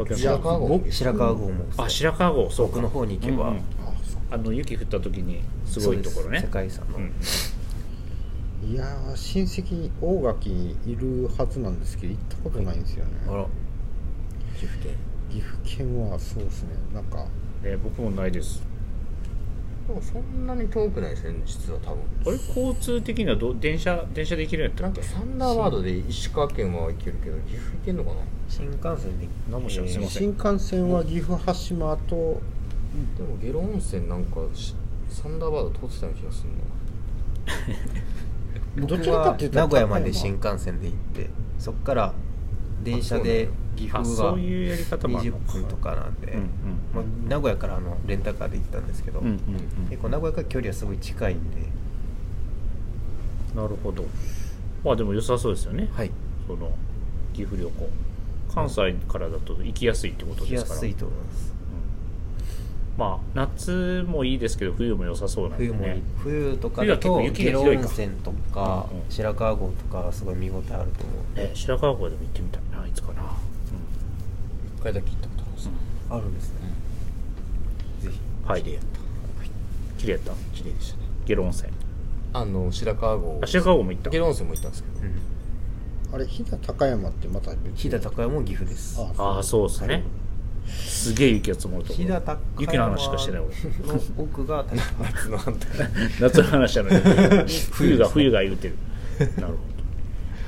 [SPEAKER 1] あ
[SPEAKER 3] 白川郷
[SPEAKER 4] か白川郷も
[SPEAKER 1] あ白川郷そうか
[SPEAKER 4] 奥の方に行けば
[SPEAKER 1] うんうん
[SPEAKER 3] あそ
[SPEAKER 1] あの雪降った時にすごいところね
[SPEAKER 4] 世界遺産の、
[SPEAKER 1] うん
[SPEAKER 2] いやー親戚に大垣にいるはずなんですけど行ったことないんですよね、
[SPEAKER 4] あら
[SPEAKER 3] う岐阜県
[SPEAKER 2] 岐阜県はそうですねなんか
[SPEAKER 1] えー僕もないです
[SPEAKER 3] でもそんなに遠くないですね実は多分
[SPEAKER 1] あれ交通的にはどう電車電車で行けるんやった
[SPEAKER 3] な
[SPEAKER 1] っ
[SPEAKER 3] ん
[SPEAKER 1] け
[SPEAKER 3] かサンダーバードで石川県は行けるけど岐阜行けんのかな
[SPEAKER 4] 新幹線で
[SPEAKER 1] 何も知らないすいませ
[SPEAKER 2] 新
[SPEAKER 1] ん
[SPEAKER 2] 幹線は岐阜羽島と
[SPEAKER 3] でもゲロ温泉なんかしサンダーバード通ってたような気がするな
[SPEAKER 2] どち
[SPEAKER 4] 僕
[SPEAKER 2] らか
[SPEAKER 4] は
[SPEAKER 2] っていうと
[SPEAKER 4] 名古屋まで新幹線で行ってそっから電車で岐阜
[SPEAKER 1] あ
[SPEAKER 4] が
[SPEAKER 1] そういうやり方もある
[SPEAKER 4] 20
[SPEAKER 1] のか
[SPEAKER 4] 分とかなんで、
[SPEAKER 1] うん
[SPEAKER 4] まあ、名古屋からあのレンタカーで行ったんですけど、
[SPEAKER 1] うんうんうん
[SPEAKER 4] 結構名古屋から距離はすごい近いんで
[SPEAKER 1] なるほどまあでも良さそうですよね、
[SPEAKER 4] はい
[SPEAKER 1] その岐阜旅行関西からだと行きやすいってこと
[SPEAKER 4] 行き
[SPEAKER 1] で
[SPEAKER 4] や
[SPEAKER 1] すから
[SPEAKER 4] すいと思います
[SPEAKER 1] まあ夏もいいですけど冬も良さそうなんで、ね、
[SPEAKER 4] 冬もいい冬とか
[SPEAKER 1] 冬
[SPEAKER 4] だ
[SPEAKER 1] は結構
[SPEAKER 4] と
[SPEAKER 1] 雪が
[SPEAKER 4] 下呂
[SPEAKER 1] ひどい
[SPEAKER 4] 温
[SPEAKER 1] か
[SPEAKER 4] 泉とか
[SPEAKER 1] うんうん
[SPEAKER 4] 白川郷とかはすごい見応えあると思うんで
[SPEAKER 1] ね白川郷でも行ってみたいないつかな、う
[SPEAKER 3] 一回だけ行ったことあるんですよ
[SPEAKER 4] あるんですね
[SPEAKER 3] ぜ
[SPEAKER 1] ん、はい
[SPEAKER 3] ひ綺麗
[SPEAKER 1] 綺麗や
[SPEAKER 3] やっ
[SPEAKER 1] った
[SPEAKER 3] た綺麗でしたね
[SPEAKER 1] 下呂温泉
[SPEAKER 3] あの白川郷
[SPEAKER 1] あ白川郷も行った
[SPEAKER 3] ゲロ温泉も行ったんですけど
[SPEAKER 2] あれ飛騨高山ってまた別
[SPEAKER 4] 飛騨高山も岐阜です
[SPEAKER 2] あ
[SPEAKER 1] ああそうですね、
[SPEAKER 4] はい
[SPEAKER 1] すげえ雪が積もると
[SPEAKER 4] 飛
[SPEAKER 1] 思
[SPEAKER 4] 騨
[SPEAKER 1] う
[SPEAKER 4] 高
[SPEAKER 1] 雪の話しかしてない俺
[SPEAKER 4] 山の奥が高山
[SPEAKER 3] 夏の反対
[SPEAKER 1] 夏の話なのに冬が冬が言うてるなるほど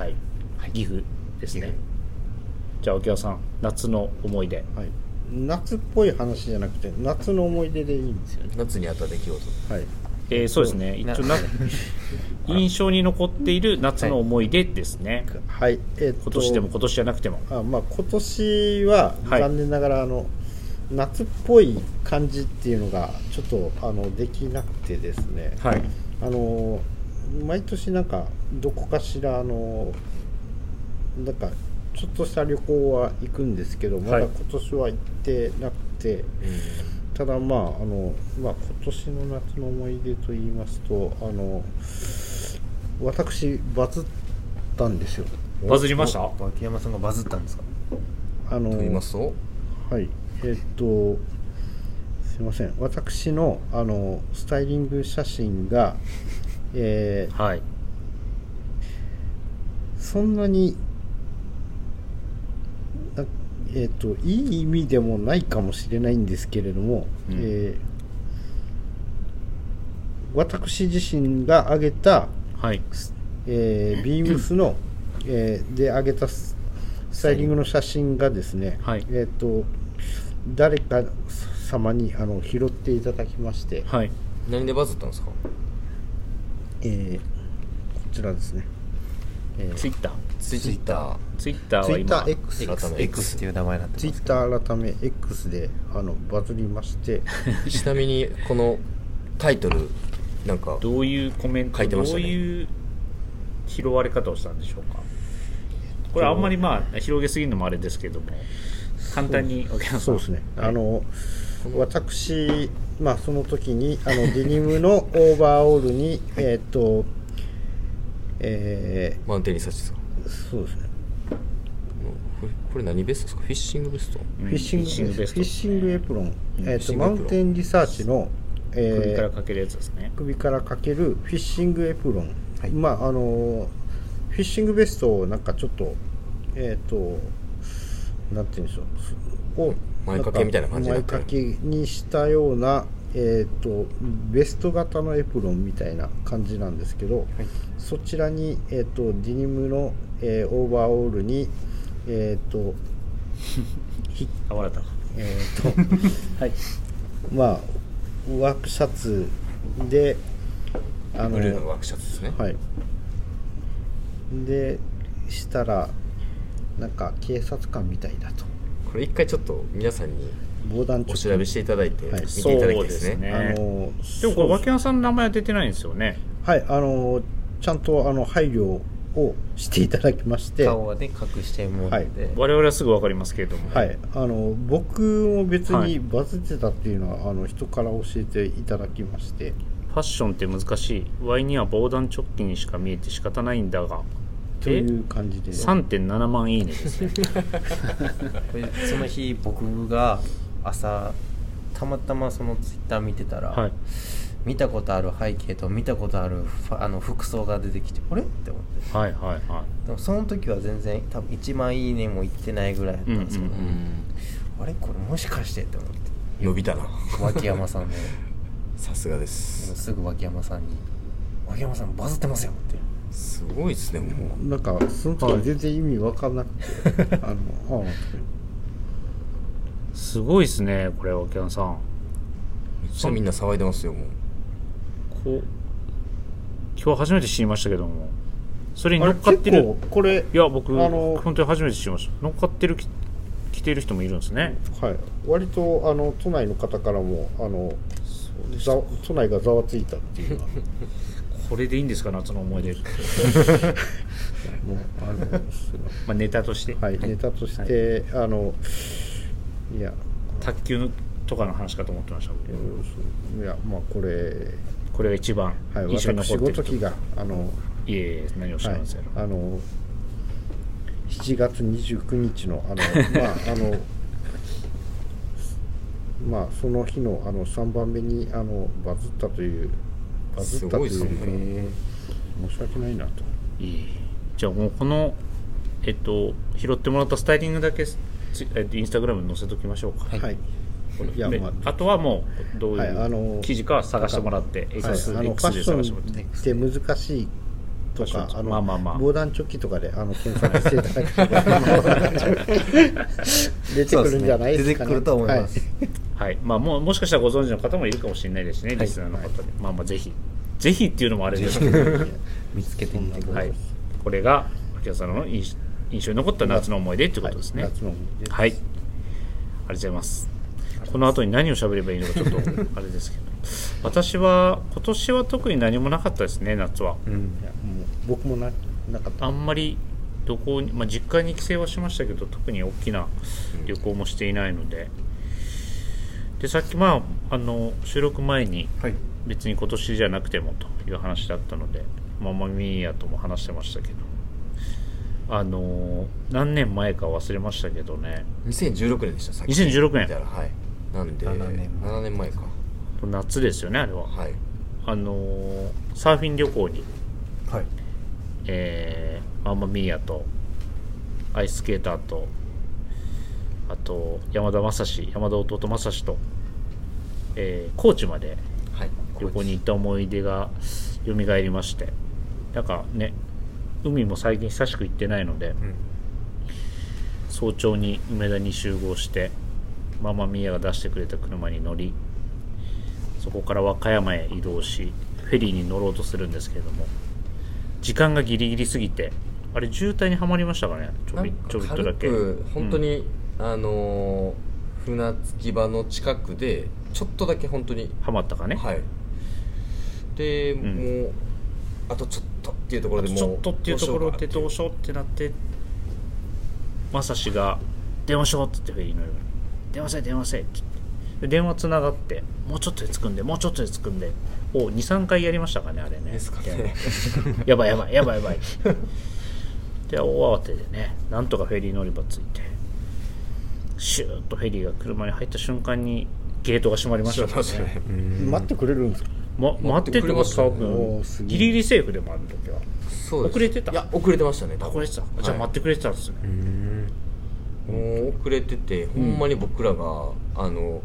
[SPEAKER 1] はい、岐阜ですねじゃあ沖縄さん夏の思い出
[SPEAKER 2] はい、夏っぽい話じゃなくて夏の思い出でいいんですよね
[SPEAKER 3] 夏にあった出来事
[SPEAKER 2] はい
[SPEAKER 1] えーそうですね一応な 印象に残っている夏の思い出ですね、
[SPEAKER 2] はいえっと
[SPEAKER 1] 今年でも今年じゃなくても
[SPEAKER 2] あまあ今年は
[SPEAKER 1] はい
[SPEAKER 2] 残念ながら、あの夏っぽい感じっていうのがちょっとあのできなくてですね、
[SPEAKER 1] はい
[SPEAKER 2] あの毎年なんかどこかしらあのなんかちょっとした旅行は行くんですけどまだ
[SPEAKER 1] はい
[SPEAKER 2] 今年は行ってなくて、ただまああの、まあ、今年の夏の思い出と言いますとあの私バズったんですよ
[SPEAKER 1] バズりました
[SPEAKER 4] お脇山さんがバズったんですか
[SPEAKER 2] あの
[SPEAKER 3] と言いますと
[SPEAKER 2] はいえっとすいません私のあのスタイリング写真が、えー
[SPEAKER 1] はい
[SPEAKER 2] そんなになえっといい意味でもないかもしれないんですけれども、
[SPEAKER 1] うん
[SPEAKER 2] えー私自身が挙げた、
[SPEAKER 1] はい
[SPEAKER 2] えー、ビームスの、えーで上げたススタイリングの写真がですね、
[SPEAKER 1] はい
[SPEAKER 2] えー、と誰か様にあの拾っていただきまして、
[SPEAKER 1] はい
[SPEAKER 3] 何でバズったんですか
[SPEAKER 2] えーこちらですね、え
[SPEAKER 1] ツイッター
[SPEAKER 3] ツイッター
[SPEAKER 1] ツイッター
[SPEAKER 2] ツイ
[SPEAKER 1] は
[SPEAKER 2] ッタ
[SPEAKER 1] 今
[SPEAKER 2] ー X
[SPEAKER 3] 改め
[SPEAKER 4] X っていう名前になって
[SPEAKER 2] ツイ
[SPEAKER 4] ま
[SPEAKER 2] ッ
[SPEAKER 4] す
[SPEAKER 2] ター改め X であのバズりまして、
[SPEAKER 3] ちなみにこのタイトルなんか
[SPEAKER 1] どういうコメント
[SPEAKER 3] 書いてましたね
[SPEAKER 1] どういう拾われ方をしたんでしょうかこれあんまりまあ広げすぎるのもあれですけども簡単にお客さん
[SPEAKER 2] そうですね、
[SPEAKER 1] はい
[SPEAKER 2] あの私、まあ、その時にあのデニムのオーバーオールに、えーっと、え
[SPEAKER 3] マウンテンリサーチさんこ
[SPEAKER 2] ーそうですね、
[SPEAKER 3] れこれ何ベストですかフィッシングベスト
[SPEAKER 1] うん
[SPEAKER 2] フィッシング
[SPEAKER 1] フィッシングベスト
[SPEAKER 2] フィッシングエプロン、
[SPEAKER 1] ん
[SPEAKER 2] えーっ
[SPEAKER 3] フィッシ
[SPEAKER 2] と
[SPEAKER 3] ングエプ
[SPEAKER 2] マ
[SPEAKER 3] ロン
[SPEAKER 2] ウンテンリサーチの、えー
[SPEAKER 1] 首からかけるやつですね
[SPEAKER 2] 首からかけるフィッシングエプロン、
[SPEAKER 4] はい
[SPEAKER 2] まああのフィッシングベストをなんかちょっとえっ、となんて言うんでしょうを
[SPEAKER 3] 前掛けみたいな感じに
[SPEAKER 2] に
[SPEAKER 3] な
[SPEAKER 2] 前
[SPEAKER 3] ってる
[SPEAKER 2] 掛けにしたようなえっ、とベスト型のエプロンみたいな感じなんですけど、そちらにえっ、とデニムの、えーオーバーオールにえっ、と
[SPEAKER 1] あ笑った
[SPEAKER 2] えーと
[SPEAKER 1] はい
[SPEAKER 2] まあワークシャツであ
[SPEAKER 3] ブルーのワークシャツですね
[SPEAKER 2] はいでしたらなんか警察官みたいだと
[SPEAKER 3] これ一回ちょっと皆さんに
[SPEAKER 2] 防弾チ
[SPEAKER 3] お
[SPEAKER 2] ョ
[SPEAKER 3] 調べしていただいて見
[SPEAKER 2] はい
[SPEAKER 3] ていただきたいです
[SPEAKER 1] そうですね
[SPEAKER 3] ね
[SPEAKER 2] あ
[SPEAKER 1] でも
[SPEAKER 2] の
[SPEAKER 1] これ
[SPEAKER 2] そう
[SPEAKER 1] 脇山さんの名前は出てないんですよね
[SPEAKER 2] はいあのちゃんとあの配慮をしていただきまして
[SPEAKER 4] 顔はね隠してもらって、
[SPEAKER 1] 我々はすぐ分かりますけれども
[SPEAKER 2] はい、あの僕も別
[SPEAKER 1] は
[SPEAKER 2] に
[SPEAKER 1] い
[SPEAKER 2] バズってたっていうのは、あの人から教えていただきまして
[SPEAKER 1] ファッションって難しいワイには防弾チョッキにしか見えて仕方ないんだが
[SPEAKER 2] という感じで
[SPEAKER 1] 3.7万いいねですね
[SPEAKER 4] これその日僕が朝たまたまそのツイッター見てたら、
[SPEAKER 1] はい
[SPEAKER 4] 見たことある背景と見たことあるファあの服装が出てきてあれって思って
[SPEAKER 1] はいはいは
[SPEAKER 4] でもその時は全然多分1万いいねもいってないぐらいだったんですけど、
[SPEAKER 1] うんうん
[SPEAKER 4] あれこれもしかしてって思って
[SPEAKER 3] 伸びたな
[SPEAKER 4] 脇山さんの
[SPEAKER 3] さすがで
[SPEAKER 4] もう
[SPEAKER 3] す
[SPEAKER 4] すぐ脇山さんに「脇山さんバズってますよ」って
[SPEAKER 3] すごいですねもう
[SPEAKER 2] なんかその時は全然意味わかんなく て、あのあ
[SPEAKER 1] いすごいですねこれ脇山さん
[SPEAKER 3] めっちゃみんな騒いでますよもう
[SPEAKER 1] こう今日初めて知りましたけどもそれに
[SPEAKER 2] あ
[SPEAKER 1] 乗
[SPEAKER 2] れ
[SPEAKER 1] っかっ
[SPEAKER 2] 結
[SPEAKER 1] てる
[SPEAKER 2] 構これ
[SPEAKER 1] いや僕、
[SPEAKER 2] あの
[SPEAKER 1] 本当に初めて知りました乗っかってるき着てる人もいるんですね
[SPEAKER 2] はい、割とあの都内の方からもあのざわ都内がざわついたっていうのは
[SPEAKER 1] これでいいんですか夏の思 い出って
[SPEAKER 2] もうあのす ご
[SPEAKER 1] まあネタとして、
[SPEAKER 2] いはいネタとして、あのいや
[SPEAKER 1] 卓球とかの話かと思ってました僕
[SPEAKER 2] いやまあこれ、
[SPEAKER 1] これが一番
[SPEAKER 2] はい、
[SPEAKER 1] 印象に
[SPEAKER 2] 私
[SPEAKER 1] 残って
[SPEAKER 2] ご
[SPEAKER 1] ると
[SPEAKER 2] ときがあの、
[SPEAKER 1] いえいえ何をおっしゃ
[SPEAKER 2] はいい
[SPEAKER 1] ますやろ、、
[SPEAKER 2] あの7月29日のあのまああの まあその日のあの3番目にあのバズったというバズったとい
[SPEAKER 3] す
[SPEAKER 2] う
[SPEAKER 3] ごいですね
[SPEAKER 2] 申し訳ないなと。
[SPEAKER 1] いいじゃあもうこのえっと拾ってもらったスタイリングだけつえっとインスタグラムに載せときましょうか、
[SPEAKER 2] はい。いや、
[SPEAKER 1] で
[SPEAKER 2] ま
[SPEAKER 1] あとはもうどう
[SPEAKER 2] はいあ
[SPEAKER 1] い
[SPEAKER 2] の
[SPEAKER 1] う記事かは探してもらって、
[SPEAKER 2] あ、はい、
[SPEAKER 1] X
[SPEAKER 2] あのフ
[SPEAKER 1] X
[SPEAKER 2] ァッ
[SPEAKER 1] で
[SPEAKER 2] ショ
[SPEAKER 1] 探してもらって、
[SPEAKER 2] ンって難しいと
[SPEAKER 1] ファッ
[SPEAKER 2] か、
[SPEAKER 1] ション
[SPEAKER 2] あの、
[SPEAKER 1] まあまあまあ
[SPEAKER 2] 防弾チョッキとかで、あの、検索していただければ出てくるんじゃないですか、ね。
[SPEAKER 4] そうですね出てくると思います
[SPEAKER 2] は
[SPEAKER 1] はいまあ、もうもしかしたらご存知の方もいるかもしれないですね、リスナーの方で、まあまあぜひぜひっていうのもあれですけど、
[SPEAKER 4] 見つけてみてくだ
[SPEAKER 1] は
[SPEAKER 4] さ
[SPEAKER 1] い
[SPEAKER 4] い、
[SPEAKER 1] これが秋田さんの印印象に残った夏の思い出ってことですね、
[SPEAKER 2] はい夏の思い出です
[SPEAKER 1] はいありがとうございますこの後に何を喋ればいいのかちょっと あれですけど私は今年は特に何もなかったですね夏は
[SPEAKER 4] うん
[SPEAKER 2] いいやもう僕もな、なかった。
[SPEAKER 1] あんまり旅行に、まあ、実家に帰省はしましたけど特に大きな旅行もしていないので、でさっきまああの収録前に
[SPEAKER 4] はい
[SPEAKER 1] 別に今年じゃなくてもという話だったのでママミーヤとも話してましたけどあの何年前か忘れましたけどね
[SPEAKER 3] 2016年でしたさっき
[SPEAKER 1] 2016年
[SPEAKER 3] 見たらはいなんで
[SPEAKER 4] 7年前
[SPEAKER 3] 7年前か
[SPEAKER 1] 夏ですよねあれは
[SPEAKER 3] はい
[SPEAKER 1] あのサーフィン旅行に、
[SPEAKER 4] はい
[SPEAKER 1] えー、ママミーヤとアイススケーターとあと山田正史山田弟正史と、えー高知まで
[SPEAKER 3] はい
[SPEAKER 1] 旅行に行った思い出が蘇りましてなんかね海も最近久しく行ってないので
[SPEAKER 4] うん
[SPEAKER 1] 早朝に梅田に集合してママミヤが出してくれた車に乗りそこから和歌山へ移動しフェリーに乗ろうとするんですけれども時間がギリギリすぎてあれ渋滞にはまりましたかねちょび
[SPEAKER 3] なんか
[SPEAKER 1] ちょびっとだけ
[SPEAKER 3] 軽く本当に、あのー船着き場の近くでちょっとだけ本当に
[SPEAKER 1] はまったかね、
[SPEAKER 3] はいで、
[SPEAKER 1] ん
[SPEAKER 3] もうあとちょっとっていうところでもう
[SPEAKER 1] ちょっとっていうところでどう
[SPEAKER 3] し
[SPEAKER 1] しようってなってまさしが「電話しよう」っつってフェリー乗る電話せ電話せ」って言ってで電話つながって「もうちょっとで着くんでもうちょっとで着くんで」を23回やりましたかねあれね
[SPEAKER 3] ですか
[SPEAKER 1] 電話
[SPEAKER 3] ね
[SPEAKER 1] やばいやばいやばいやばい で大慌てでねなんとかフェリー乗り場着いてシューッとフェリーが車に入った瞬間にゲートが閉まりましたからね
[SPEAKER 2] 待ってくれるんですか
[SPEAKER 1] ま、待ってても多分
[SPEAKER 2] おーすげえ
[SPEAKER 1] ギリギリセーフでもある時は
[SPEAKER 3] そうです
[SPEAKER 1] 遅れてた
[SPEAKER 3] いや遅れてましたね多分
[SPEAKER 1] これさじゃあ
[SPEAKER 3] はい
[SPEAKER 1] 待ってくれてたんですね、
[SPEAKER 3] もう遅れててほんまに僕らが、あの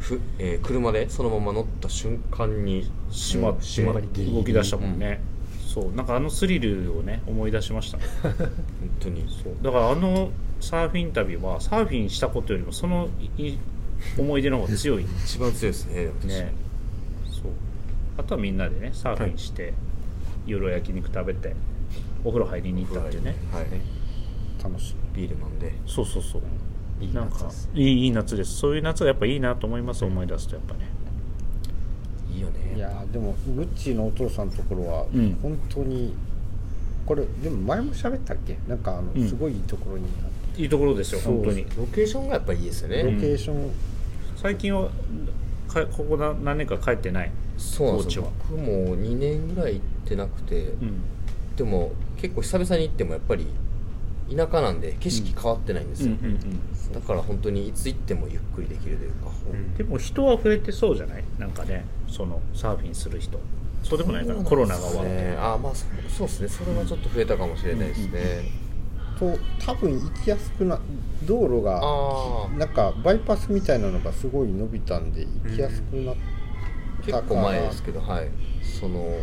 [SPEAKER 3] ふ、えー車でそのまま乗った瞬間に
[SPEAKER 1] 閉まって
[SPEAKER 3] 閉まって
[SPEAKER 1] 動き出したもんね、そうなんかあのスリルをね思い出しましたね
[SPEAKER 3] 本当にそう
[SPEAKER 1] だからあのサーフィン旅はサーフィンしたことよりもそのいい思い出の方が強いね
[SPEAKER 3] 一番強いですねでも確かに
[SPEAKER 1] そうあとはみんなでねサーフィンして、夜は焼肉食べてお風呂入りに行ったっていうね
[SPEAKER 3] はい
[SPEAKER 2] 楽しい
[SPEAKER 3] ビール飲んで
[SPEAKER 1] そうそうそう
[SPEAKER 4] いい
[SPEAKER 1] なん
[SPEAKER 4] 夏
[SPEAKER 1] か
[SPEAKER 4] です
[SPEAKER 1] いいいい夏ですそういう夏がやっぱいいなと思います、思い出すとやっぱね
[SPEAKER 3] いいよね
[SPEAKER 2] いやーでもグッチーのお父さんのところは
[SPEAKER 1] うん
[SPEAKER 2] 本当に、これでも前も喋ったっけなんかあの、
[SPEAKER 1] うん
[SPEAKER 2] すごいいいところにあって
[SPEAKER 1] いいところですよ
[SPEAKER 2] そう
[SPEAKER 1] 本当に
[SPEAKER 3] ロケーションがやっぱいいですよね、
[SPEAKER 2] ロケーション、
[SPEAKER 1] 最近はかここな何年か帰ってない
[SPEAKER 3] そうなんですよ
[SPEAKER 1] 高
[SPEAKER 3] 僕も2年ぐらい行ってなくて、
[SPEAKER 1] うん
[SPEAKER 3] でも結構久々に行ってもやっぱり田舎なんで景色変わってないんですよ、だから本当にいつ行ってもゆっくりできるというか、
[SPEAKER 4] ん
[SPEAKER 1] でも人は増えてそうじゃないなんかねそのサーフィンする人そうでもないかな
[SPEAKER 3] そう
[SPEAKER 1] コロナ
[SPEAKER 3] ん
[SPEAKER 1] が
[SPEAKER 3] です
[SPEAKER 1] 終わって
[SPEAKER 3] ねあーまあそそうですねそれはちょっと増えたかもしれないですね、
[SPEAKER 2] と多分行きやすくな道路が
[SPEAKER 3] ああ
[SPEAKER 2] なんかバイパスみたいなのがすごい伸びたんで行きやすくなったから、
[SPEAKER 3] 結構前ですけどはいその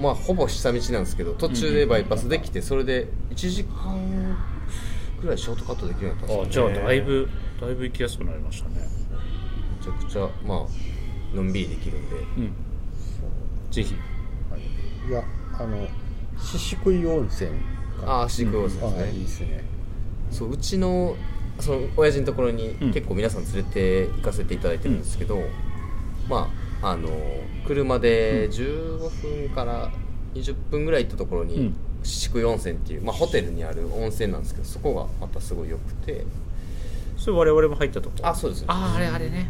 [SPEAKER 3] まあほぼ下道なんですけど途中でバイパスできてそれで1時間ぐらいショートカットできるようになったん
[SPEAKER 1] あ
[SPEAKER 3] です
[SPEAKER 1] じ
[SPEAKER 3] よ
[SPEAKER 1] ゃあ
[SPEAKER 3] ね
[SPEAKER 1] だいぶだいぶ行きやすくなりましたね
[SPEAKER 3] めちゃくちゃまあのんびりできるんで
[SPEAKER 1] うんぜひ
[SPEAKER 2] いやあの宍喰温泉が
[SPEAKER 3] ああ飼育温泉
[SPEAKER 2] あ
[SPEAKER 3] で
[SPEAKER 2] あ
[SPEAKER 3] す
[SPEAKER 2] いい
[SPEAKER 3] ね
[SPEAKER 2] ですね
[SPEAKER 3] そううちのその親父のところに
[SPEAKER 1] うん
[SPEAKER 3] 結構皆さん連れて行かせていただいてるんですけど、まああの車で15分から20分ぐらい行ったところ
[SPEAKER 1] う
[SPEAKER 3] に
[SPEAKER 1] ん
[SPEAKER 3] 宍喰、温泉っていう、まあ、ホテルにある温泉なんですけどそこがまたすごい良くて
[SPEAKER 1] それ我々も入ったとこ
[SPEAKER 3] あそうです
[SPEAKER 1] ああれあれね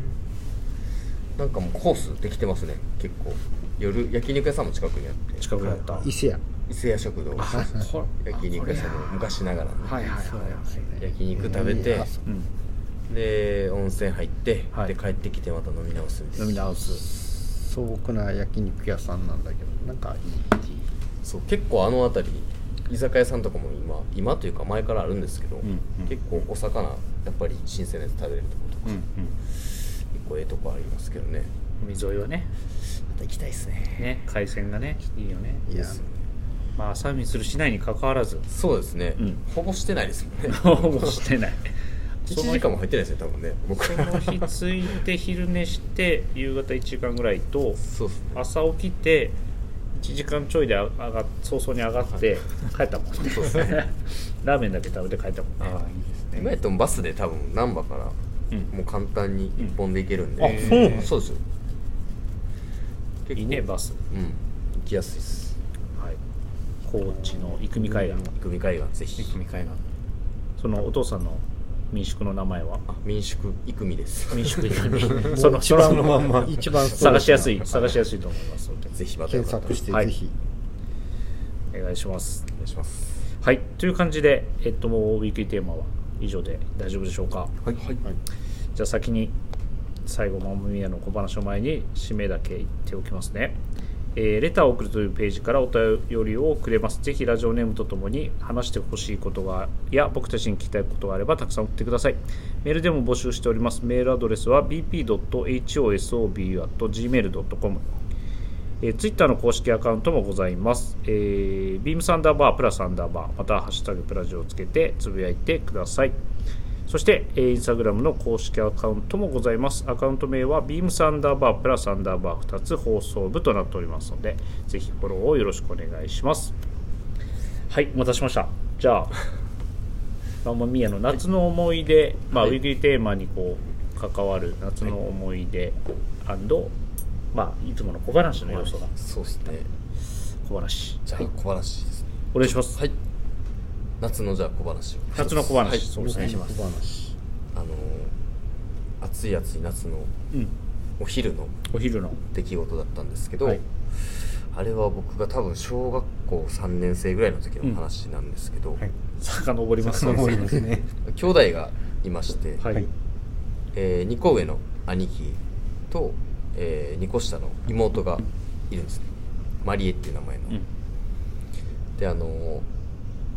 [SPEAKER 3] なんかもうコースできてますね結構夜焼肉屋さんも近くにあって
[SPEAKER 1] 近くだった
[SPEAKER 2] 伊勢屋
[SPEAKER 3] 伊勢屋食堂
[SPEAKER 1] こ
[SPEAKER 3] 焼肉屋さんの昔ながらの、
[SPEAKER 1] はいはいはい
[SPEAKER 3] 焼肉食べて
[SPEAKER 2] あそ
[SPEAKER 1] うん
[SPEAKER 3] で温泉入って、
[SPEAKER 1] はい
[SPEAKER 3] で帰ってきてまた飲み直すみたいな
[SPEAKER 1] 飲み直す
[SPEAKER 2] 素朴な焼肉屋さんなんだけどなんかいいっていう
[SPEAKER 3] そう結構あの辺り居酒屋さんとかも今今というか前からあるんですけど、
[SPEAKER 1] んうん
[SPEAKER 3] 結構お魚やっぱり新鮮なやつ食べれるところとか
[SPEAKER 1] うん
[SPEAKER 3] 結構ええとこありますけどね
[SPEAKER 1] うん海沿いはね
[SPEAKER 3] また行きたいですね
[SPEAKER 1] ね海鮮がねいいよね
[SPEAKER 2] いや
[SPEAKER 1] まあサーフィンするしないに関わらず
[SPEAKER 3] そうですね、
[SPEAKER 1] うん
[SPEAKER 3] ほぼしてないで すもんね
[SPEAKER 1] 応 募してない
[SPEAKER 3] 1時間も入ってないですね多分ね僕
[SPEAKER 1] そ
[SPEAKER 3] ら
[SPEAKER 1] の日着いて昼寝して夕方1時間ぐらいと
[SPEAKER 3] そうですね
[SPEAKER 1] 朝起きて1時間ちょいで上が早々に上がって帰ったもんね ラーメンだけ食べて帰ったもんね
[SPEAKER 4] ああいいです
[SPEAKER 3] 今やったらバスで多分難波から
[SPEAKER 1] うん
[SPEAKER 3] もう簡単に一本で行けるんで、
[SPEAKER 1] うんあそうなの
[SPEAKER 3] そうですよ結構
[SPEAKER 1] いいねバス
[SPEAKER 3] うん行きやすいです
[SPEAKER 1] はい高知の生見海岸
[SPEAKER 3] 組海岸ぜひ
[SPEAKER 4] 組会が
[SPEAKER 1] そのお父さんの民宿の名前は
[SPEAKER 3] あ民宿イクミです
[SPEAKER 1] 民宿以外
[SPEAKER 4] もう
[SPEAKER 1] に その
[SPEAKER 4] 一番そのまんま
[SPEAKER 2] 一番
[SPEAKER 1] 探しやす
[SPEAKER 2] い
[SPEAKER 1] い探しやすいと思いますので
[SPEAKER 3] ぜひまたよ
[SPEAKER 2] 検
[SPEAKER 3] かったら
[SPEAKER 2] 索して
[SPEAKER 1] はい
[SPEAKER 2] ぜひ
[SPEAKER 1] お願いします
[SPEAKER 3] お願いします
[SPEAKER 1] はいという感じでえっともうウィークリーテーマは以上で大丈夫でしょうか
[SPEAKER 3] はいはい
[SPEAKER 1] じゃあ先に最後マムミヤの小話の前に締めだけ言っておきますね、えーレターを送るというページからお便りをくれますぜひラジオネームとともに話してほしいことがや僕たちに聞きたいことがあればたくさん送ってくださいメールでも募集しておりますメールアドレスは bp.hosobu.gmail.com えー、ツイッターの公式アカウントもございます。えー、ビームサンダーバー、プラスアンダーバー、またはハッシュタグプラジオをつけてつぶやいてください。そして、えー、インスタグラムの公式アカウントもございます。アカウント名は、ビームサンダーバー、プラスアンダーバー2つ放送部となっておりますので、ぜひフォローをよろしくお願いします。はい、お待たせしました。じゃあ、ママミヤの夏の思い出、まあ、ウィークリーテーマにこう関わる夏の思い出、and まあ、いつもの小話の要素が
[SPEAKER 3] そうですね
[SPEAKER 1] 小話
[SPEAKER 3] じゃあ小話ですね
[SPEAKER 1] お願いします、
[SPEAKER 3] はい夏のじゃあ小話を
[SPEAKER 1] 夏の小話、
[SPEAKER 3] はい
[SPEAKER 1] そうですね
[SPEAKER 2] 小話
[SPEAKER 3] あのー暑い暑い夏の
[SPEAKER 1] うん、
[SPEAKER 3] お昼の
[SPEAKER 1] お昼の
[SPEAKER 3] 出来事だったんですけど、
[SPEAKER 1] はい
[SPEAKER 3] あれは僕が多分小学校3年生ぐらいの時の話なんですけど、
[SPEAKER 4] はい
[SPEAKER 1] 遡ります
[SPEAKER 4] 思いですね
[SPEAKER 3] 兄弟がいまして、
[SPEAKER 1] はい、
[SPEAKER 4] はい
[SPEAKER 3] え2個上の兄貴と、え2個下の妹がいるんですねマリエっていう名前の、
[SPEAKER 1] うん
[SPEAKER 3] であのー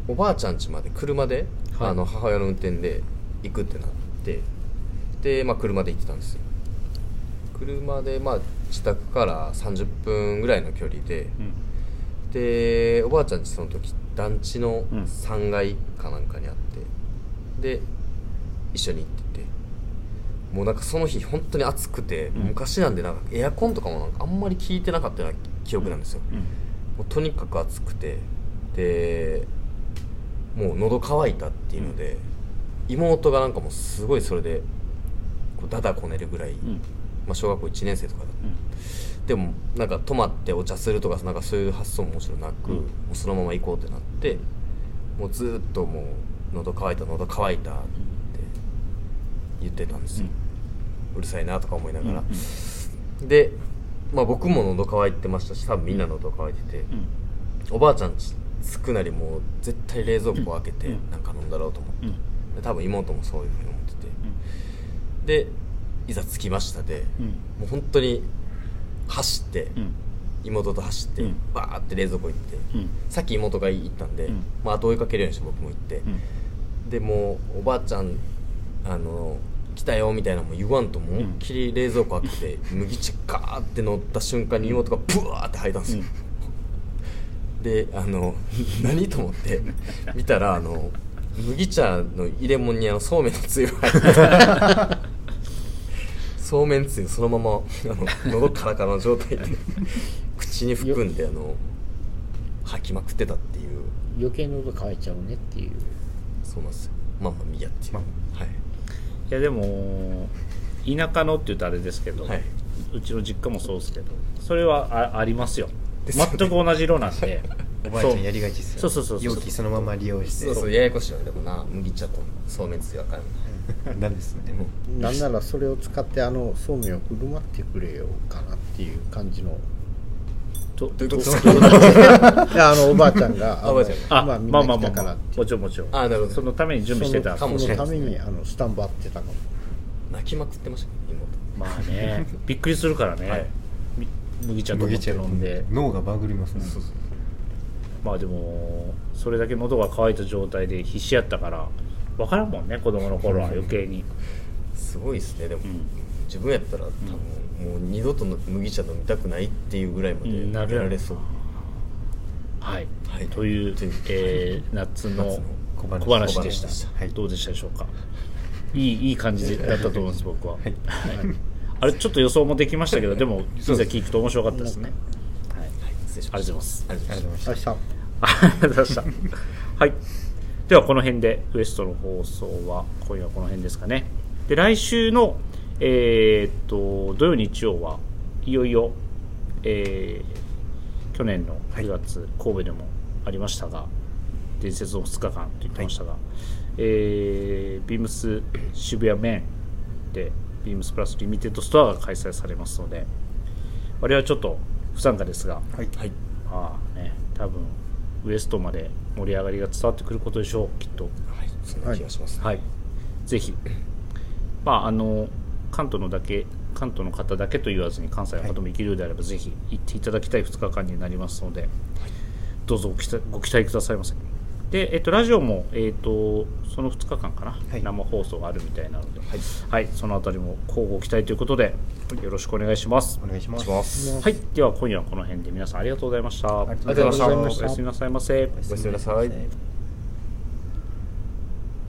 [SPEAKER 3] おばあちゃん家まで車で、
[SPEAKER 1] はい
[SPEAKER 3] あの母親の運転で行くってなってで、まあ、車で行ってたんですよ車で、まあ、自宅から30分ぐらいの距離で、でおばあちゃんちその時団地の
[SPEAKER 1] うん
[SPEAKER 3] 3階かなんかにあって、で一緒に行っててもうなんかその日本当に暑くて、
[SPEAKER 1] ん
[SPEAKER 3] 昔なんでなんかエアコンとかもなんかあんまり効いてなかったような記憶なんですよ、
[SPEAKER 1] うん
[SPEAKER 3] もうとにかく暑くてでもう喉乾いたっていうので、妹がなんかもうすごいそれでこうダダこねるぐらい、
[SPEAKER 1] うん
[SPEAKER 3] まあ、小学校1年生とかだったでもなんか泊まってお茶するとかなんかそういう発想ももちろんなく、
[SPEAKER 1] うん
[SPEAKER 3] もうそのまま行こうってなってもうずーっともう喉乾いた喉乾いたって言ってたんですよ、うるさいなとか思いな
[SPEAKER 1] うん
[SPEAKER 3] がら、で、まあ、僕も喉乾いてましたし多分みんな喉乾いてて、
[SPEAKER 1] うん
[SPEAKER 3] おばあちゃんち着くなりもう絶対冷蔵庫開けて
[SPEAKER 1] うん
[SPEAKER 3] なんか飲んだろうと思って、
[SPEAKER 1] うん
[SPEAKER 3] で多分妹もそういうふうに思ってて、でいざ着きましたで、
[SPEAKER 1] うん
[SPEAKER 3] もう本当に走って、
[SPEAKER 1] うん
[SPEAKER 3] 妹と走って、
[SPEAKER 1] うん
[SPEAKER 3] バーって冷蔵庫行って、
[SPEAKER 1] うん
[SPEAKER 3] さっき妹が行ったんで、
[SPEAKER 1] うん
[SPEAKER 3] まあ後追いかけるようにして僕も行って、
[SPEAKER 1] うん
[SPEAKER 3] でもうおばあちゃんあの来たよみたいなのも言わんと思いっきり冷蔵庫開けて、麦茶ガーって乗った瞬間に妹がブワーって吐いたんですよ、であの 何と思って見たらあの麦茶の入れ物にあのそうめんのつゆが入ってて そうめんつゆそのままあの喉カラカラの状 態で口に含んであの吐きまくってたっていう
[SPEAKER 2] 余計喉乾いちゃうねっていう
[SPEAKER 3] そうなんですよまあまあみやっていう、
[SPEAKER 4] まあ
[SPEAKER 3] はい
[SPEAKER 1] いやでも田舎のって言うとあれですけど、
[SPEAKER 3] はいう
[SPEAKER 1] ちの実家もそうですけどそれはあありますよ
[SPEAKER 3] ですよね
[SPEAKER 1] 全く同じ色なんで
[SPEAKER 4] おばあちゃんやりがちですよね
[SPEAKER 1] そうそうそうそう
[SPEAKER 4] 容器そのまま利用して
[SPEAKER 3] そうそうややこしいよねでもな麦茶とそうめんつゆわかる
[SPEAKER 4] ダメですね
[SPEAKER 3] でも
[SPEAKER 2] なんならそれを使ってあのそうめんを振る舞ってくれようかなっていう感じの
[SPEAKER 1] と
[SPEAKER 3] どうい
[SPEAKER 1] と
[SPEAKER 3] うことです か
[SPEAKER 2] いやあのおばあちゃん がの
[SPEAKER 3] おばあちゃん
[SPEAKER 1] あ、ま
[SPEAKER 2] ま
[SPEAKER 1] あ
[SPEAKER 2] あみん
[SPEAKER 1] まあま
[SPEAKER 2] な
[SPEAKER 1] あま
[SPEAKER 2] 来
[SPEAKER 1] あ、
[SPEAKER 2] たからって
[SPEAKER 1] もちろんもちろん
[SPEAKER 3] あなるほど
[SPEAKER 1] そのために準備してた
[SPEAKER 3] かもし
[SPEAKER 2] そ
[SPEAKER 3] れ
[SPEAKER 2] の
[SPEAKER 3] ない
[SPEAKER 2] た
[SPEAKER 3] です
[SPEAKER 2] め
[SPEAKER 3] ね
[SPEAKER 2] にあのスタンバってたかも
[SPEAKER 3] 泣きまくってましたね妹
[SPEAKER 1] まあねびっくりするからね、
[SPEAKER 3] はい
[SPEAKER 1] み麦茶と思って飲んで
[SPEAKER 4] 脳がバグりますね
[SPEAKER 3] そうそう
[SPEAKER 1] まあでもそれだけ喉が渇いた状態で必死やったから分からんもんね子供の頃は余計に
[SPEAKER 3] すごいですねでも、
[SPEAKER 1] ん
[SPEAKER 3] 自分やったら多分、もう二度との麦茶飲みたくないっていうぐらいまで
[SPEAKER 1] うんなる
[SPEAKER 3] やられそう
[SPEAKER 1] はい、
[SPEAKER 3] はい
[SPEAKER 1] という
[SPEAKER 3] という、
[SPEAKER 1] えー夏の
[SPEAKER 4] 小
[SPEAKER 1] 小
[SPEAKER 4] 話
[SPEAKER 1] 話でし
[SPEAKER 3] 小話でしたた
[SPEAKER 4] はい
[SPEAKER 1] どうでしたでしょうかいいいい感じだったと思います僕は、
[SPEAKER 4] はい
[SPEAKER 1] はいあれちょっと予想もできましたけどでもいざ聞くと面白かったですねはい
[SPEAKER 3] はい失礼し
[SPEAKER 1] あ
[SPEAKER 3] ま
[SPEAKER 1] りがとうござい
[SPEAKER 3] し
[SPEAKER 1] ます
[SPEAKER 3] たありがとうございま
[SPEAKER 4] あ
[SPEAKER 3] す
[SPEAKER 4] りがとう
[SPEAKER 1] ありがとうござ
[SPEAKER 4] ございました
[SPEAKER 2] 明日
[SPEAKER 1] いました。はい。では、この辺で、ウエストの放送は、今夜はこの辺ですかね。で、来週の、えーっと、土曜日曜はいよいよ、えー去年の9月、神戸でもありましたが、伝説の2日間と言ってましたが、えー、ビームス渋谷メンでビームスプラスリミテッドストアが開催されますので我々はちょっと不参加ですが、
[SPEAKER 4] はい
[SPEAKER 3] はい
[SPEAKER 1] まあね、多分ウエストまで盛り上がりが伝わってくることでしょうきっと。
[SPEAKER 3] はいそんな気がします、
[SPEAKER 1] はい、ぜひ、まあ、あの関東のだけ関東の方だけと言わずに関西の方も行けるようであれば、ぜひ行っていただきたい2日間になりますので、どうぞご期待ご期待くださいませで、えっと、ラジオも、えっと、その2日間かな、
[SPEAKER 4] はい
[SPEAKER 1] 生放送があるみたいなので、はいそのあたりも乞うご期待ということでよろしくお願いします
[SPEAKER 4] お願いしま
[SPEAKER 3] お願い
[SPEAKER 4] す
[SPEAKER 3] しま
[SPEAKER 1] は
[SPEAKER 3] す
[SPEAKER 1] い、では今夜はこの辺で皆さんありがとうございましたあり
[SPEAKER 4] がと
[SPEAKER 2] うございました
[SPEAKER 1] おやすみなさいませ
[SPEAKER 3] おやすみなさい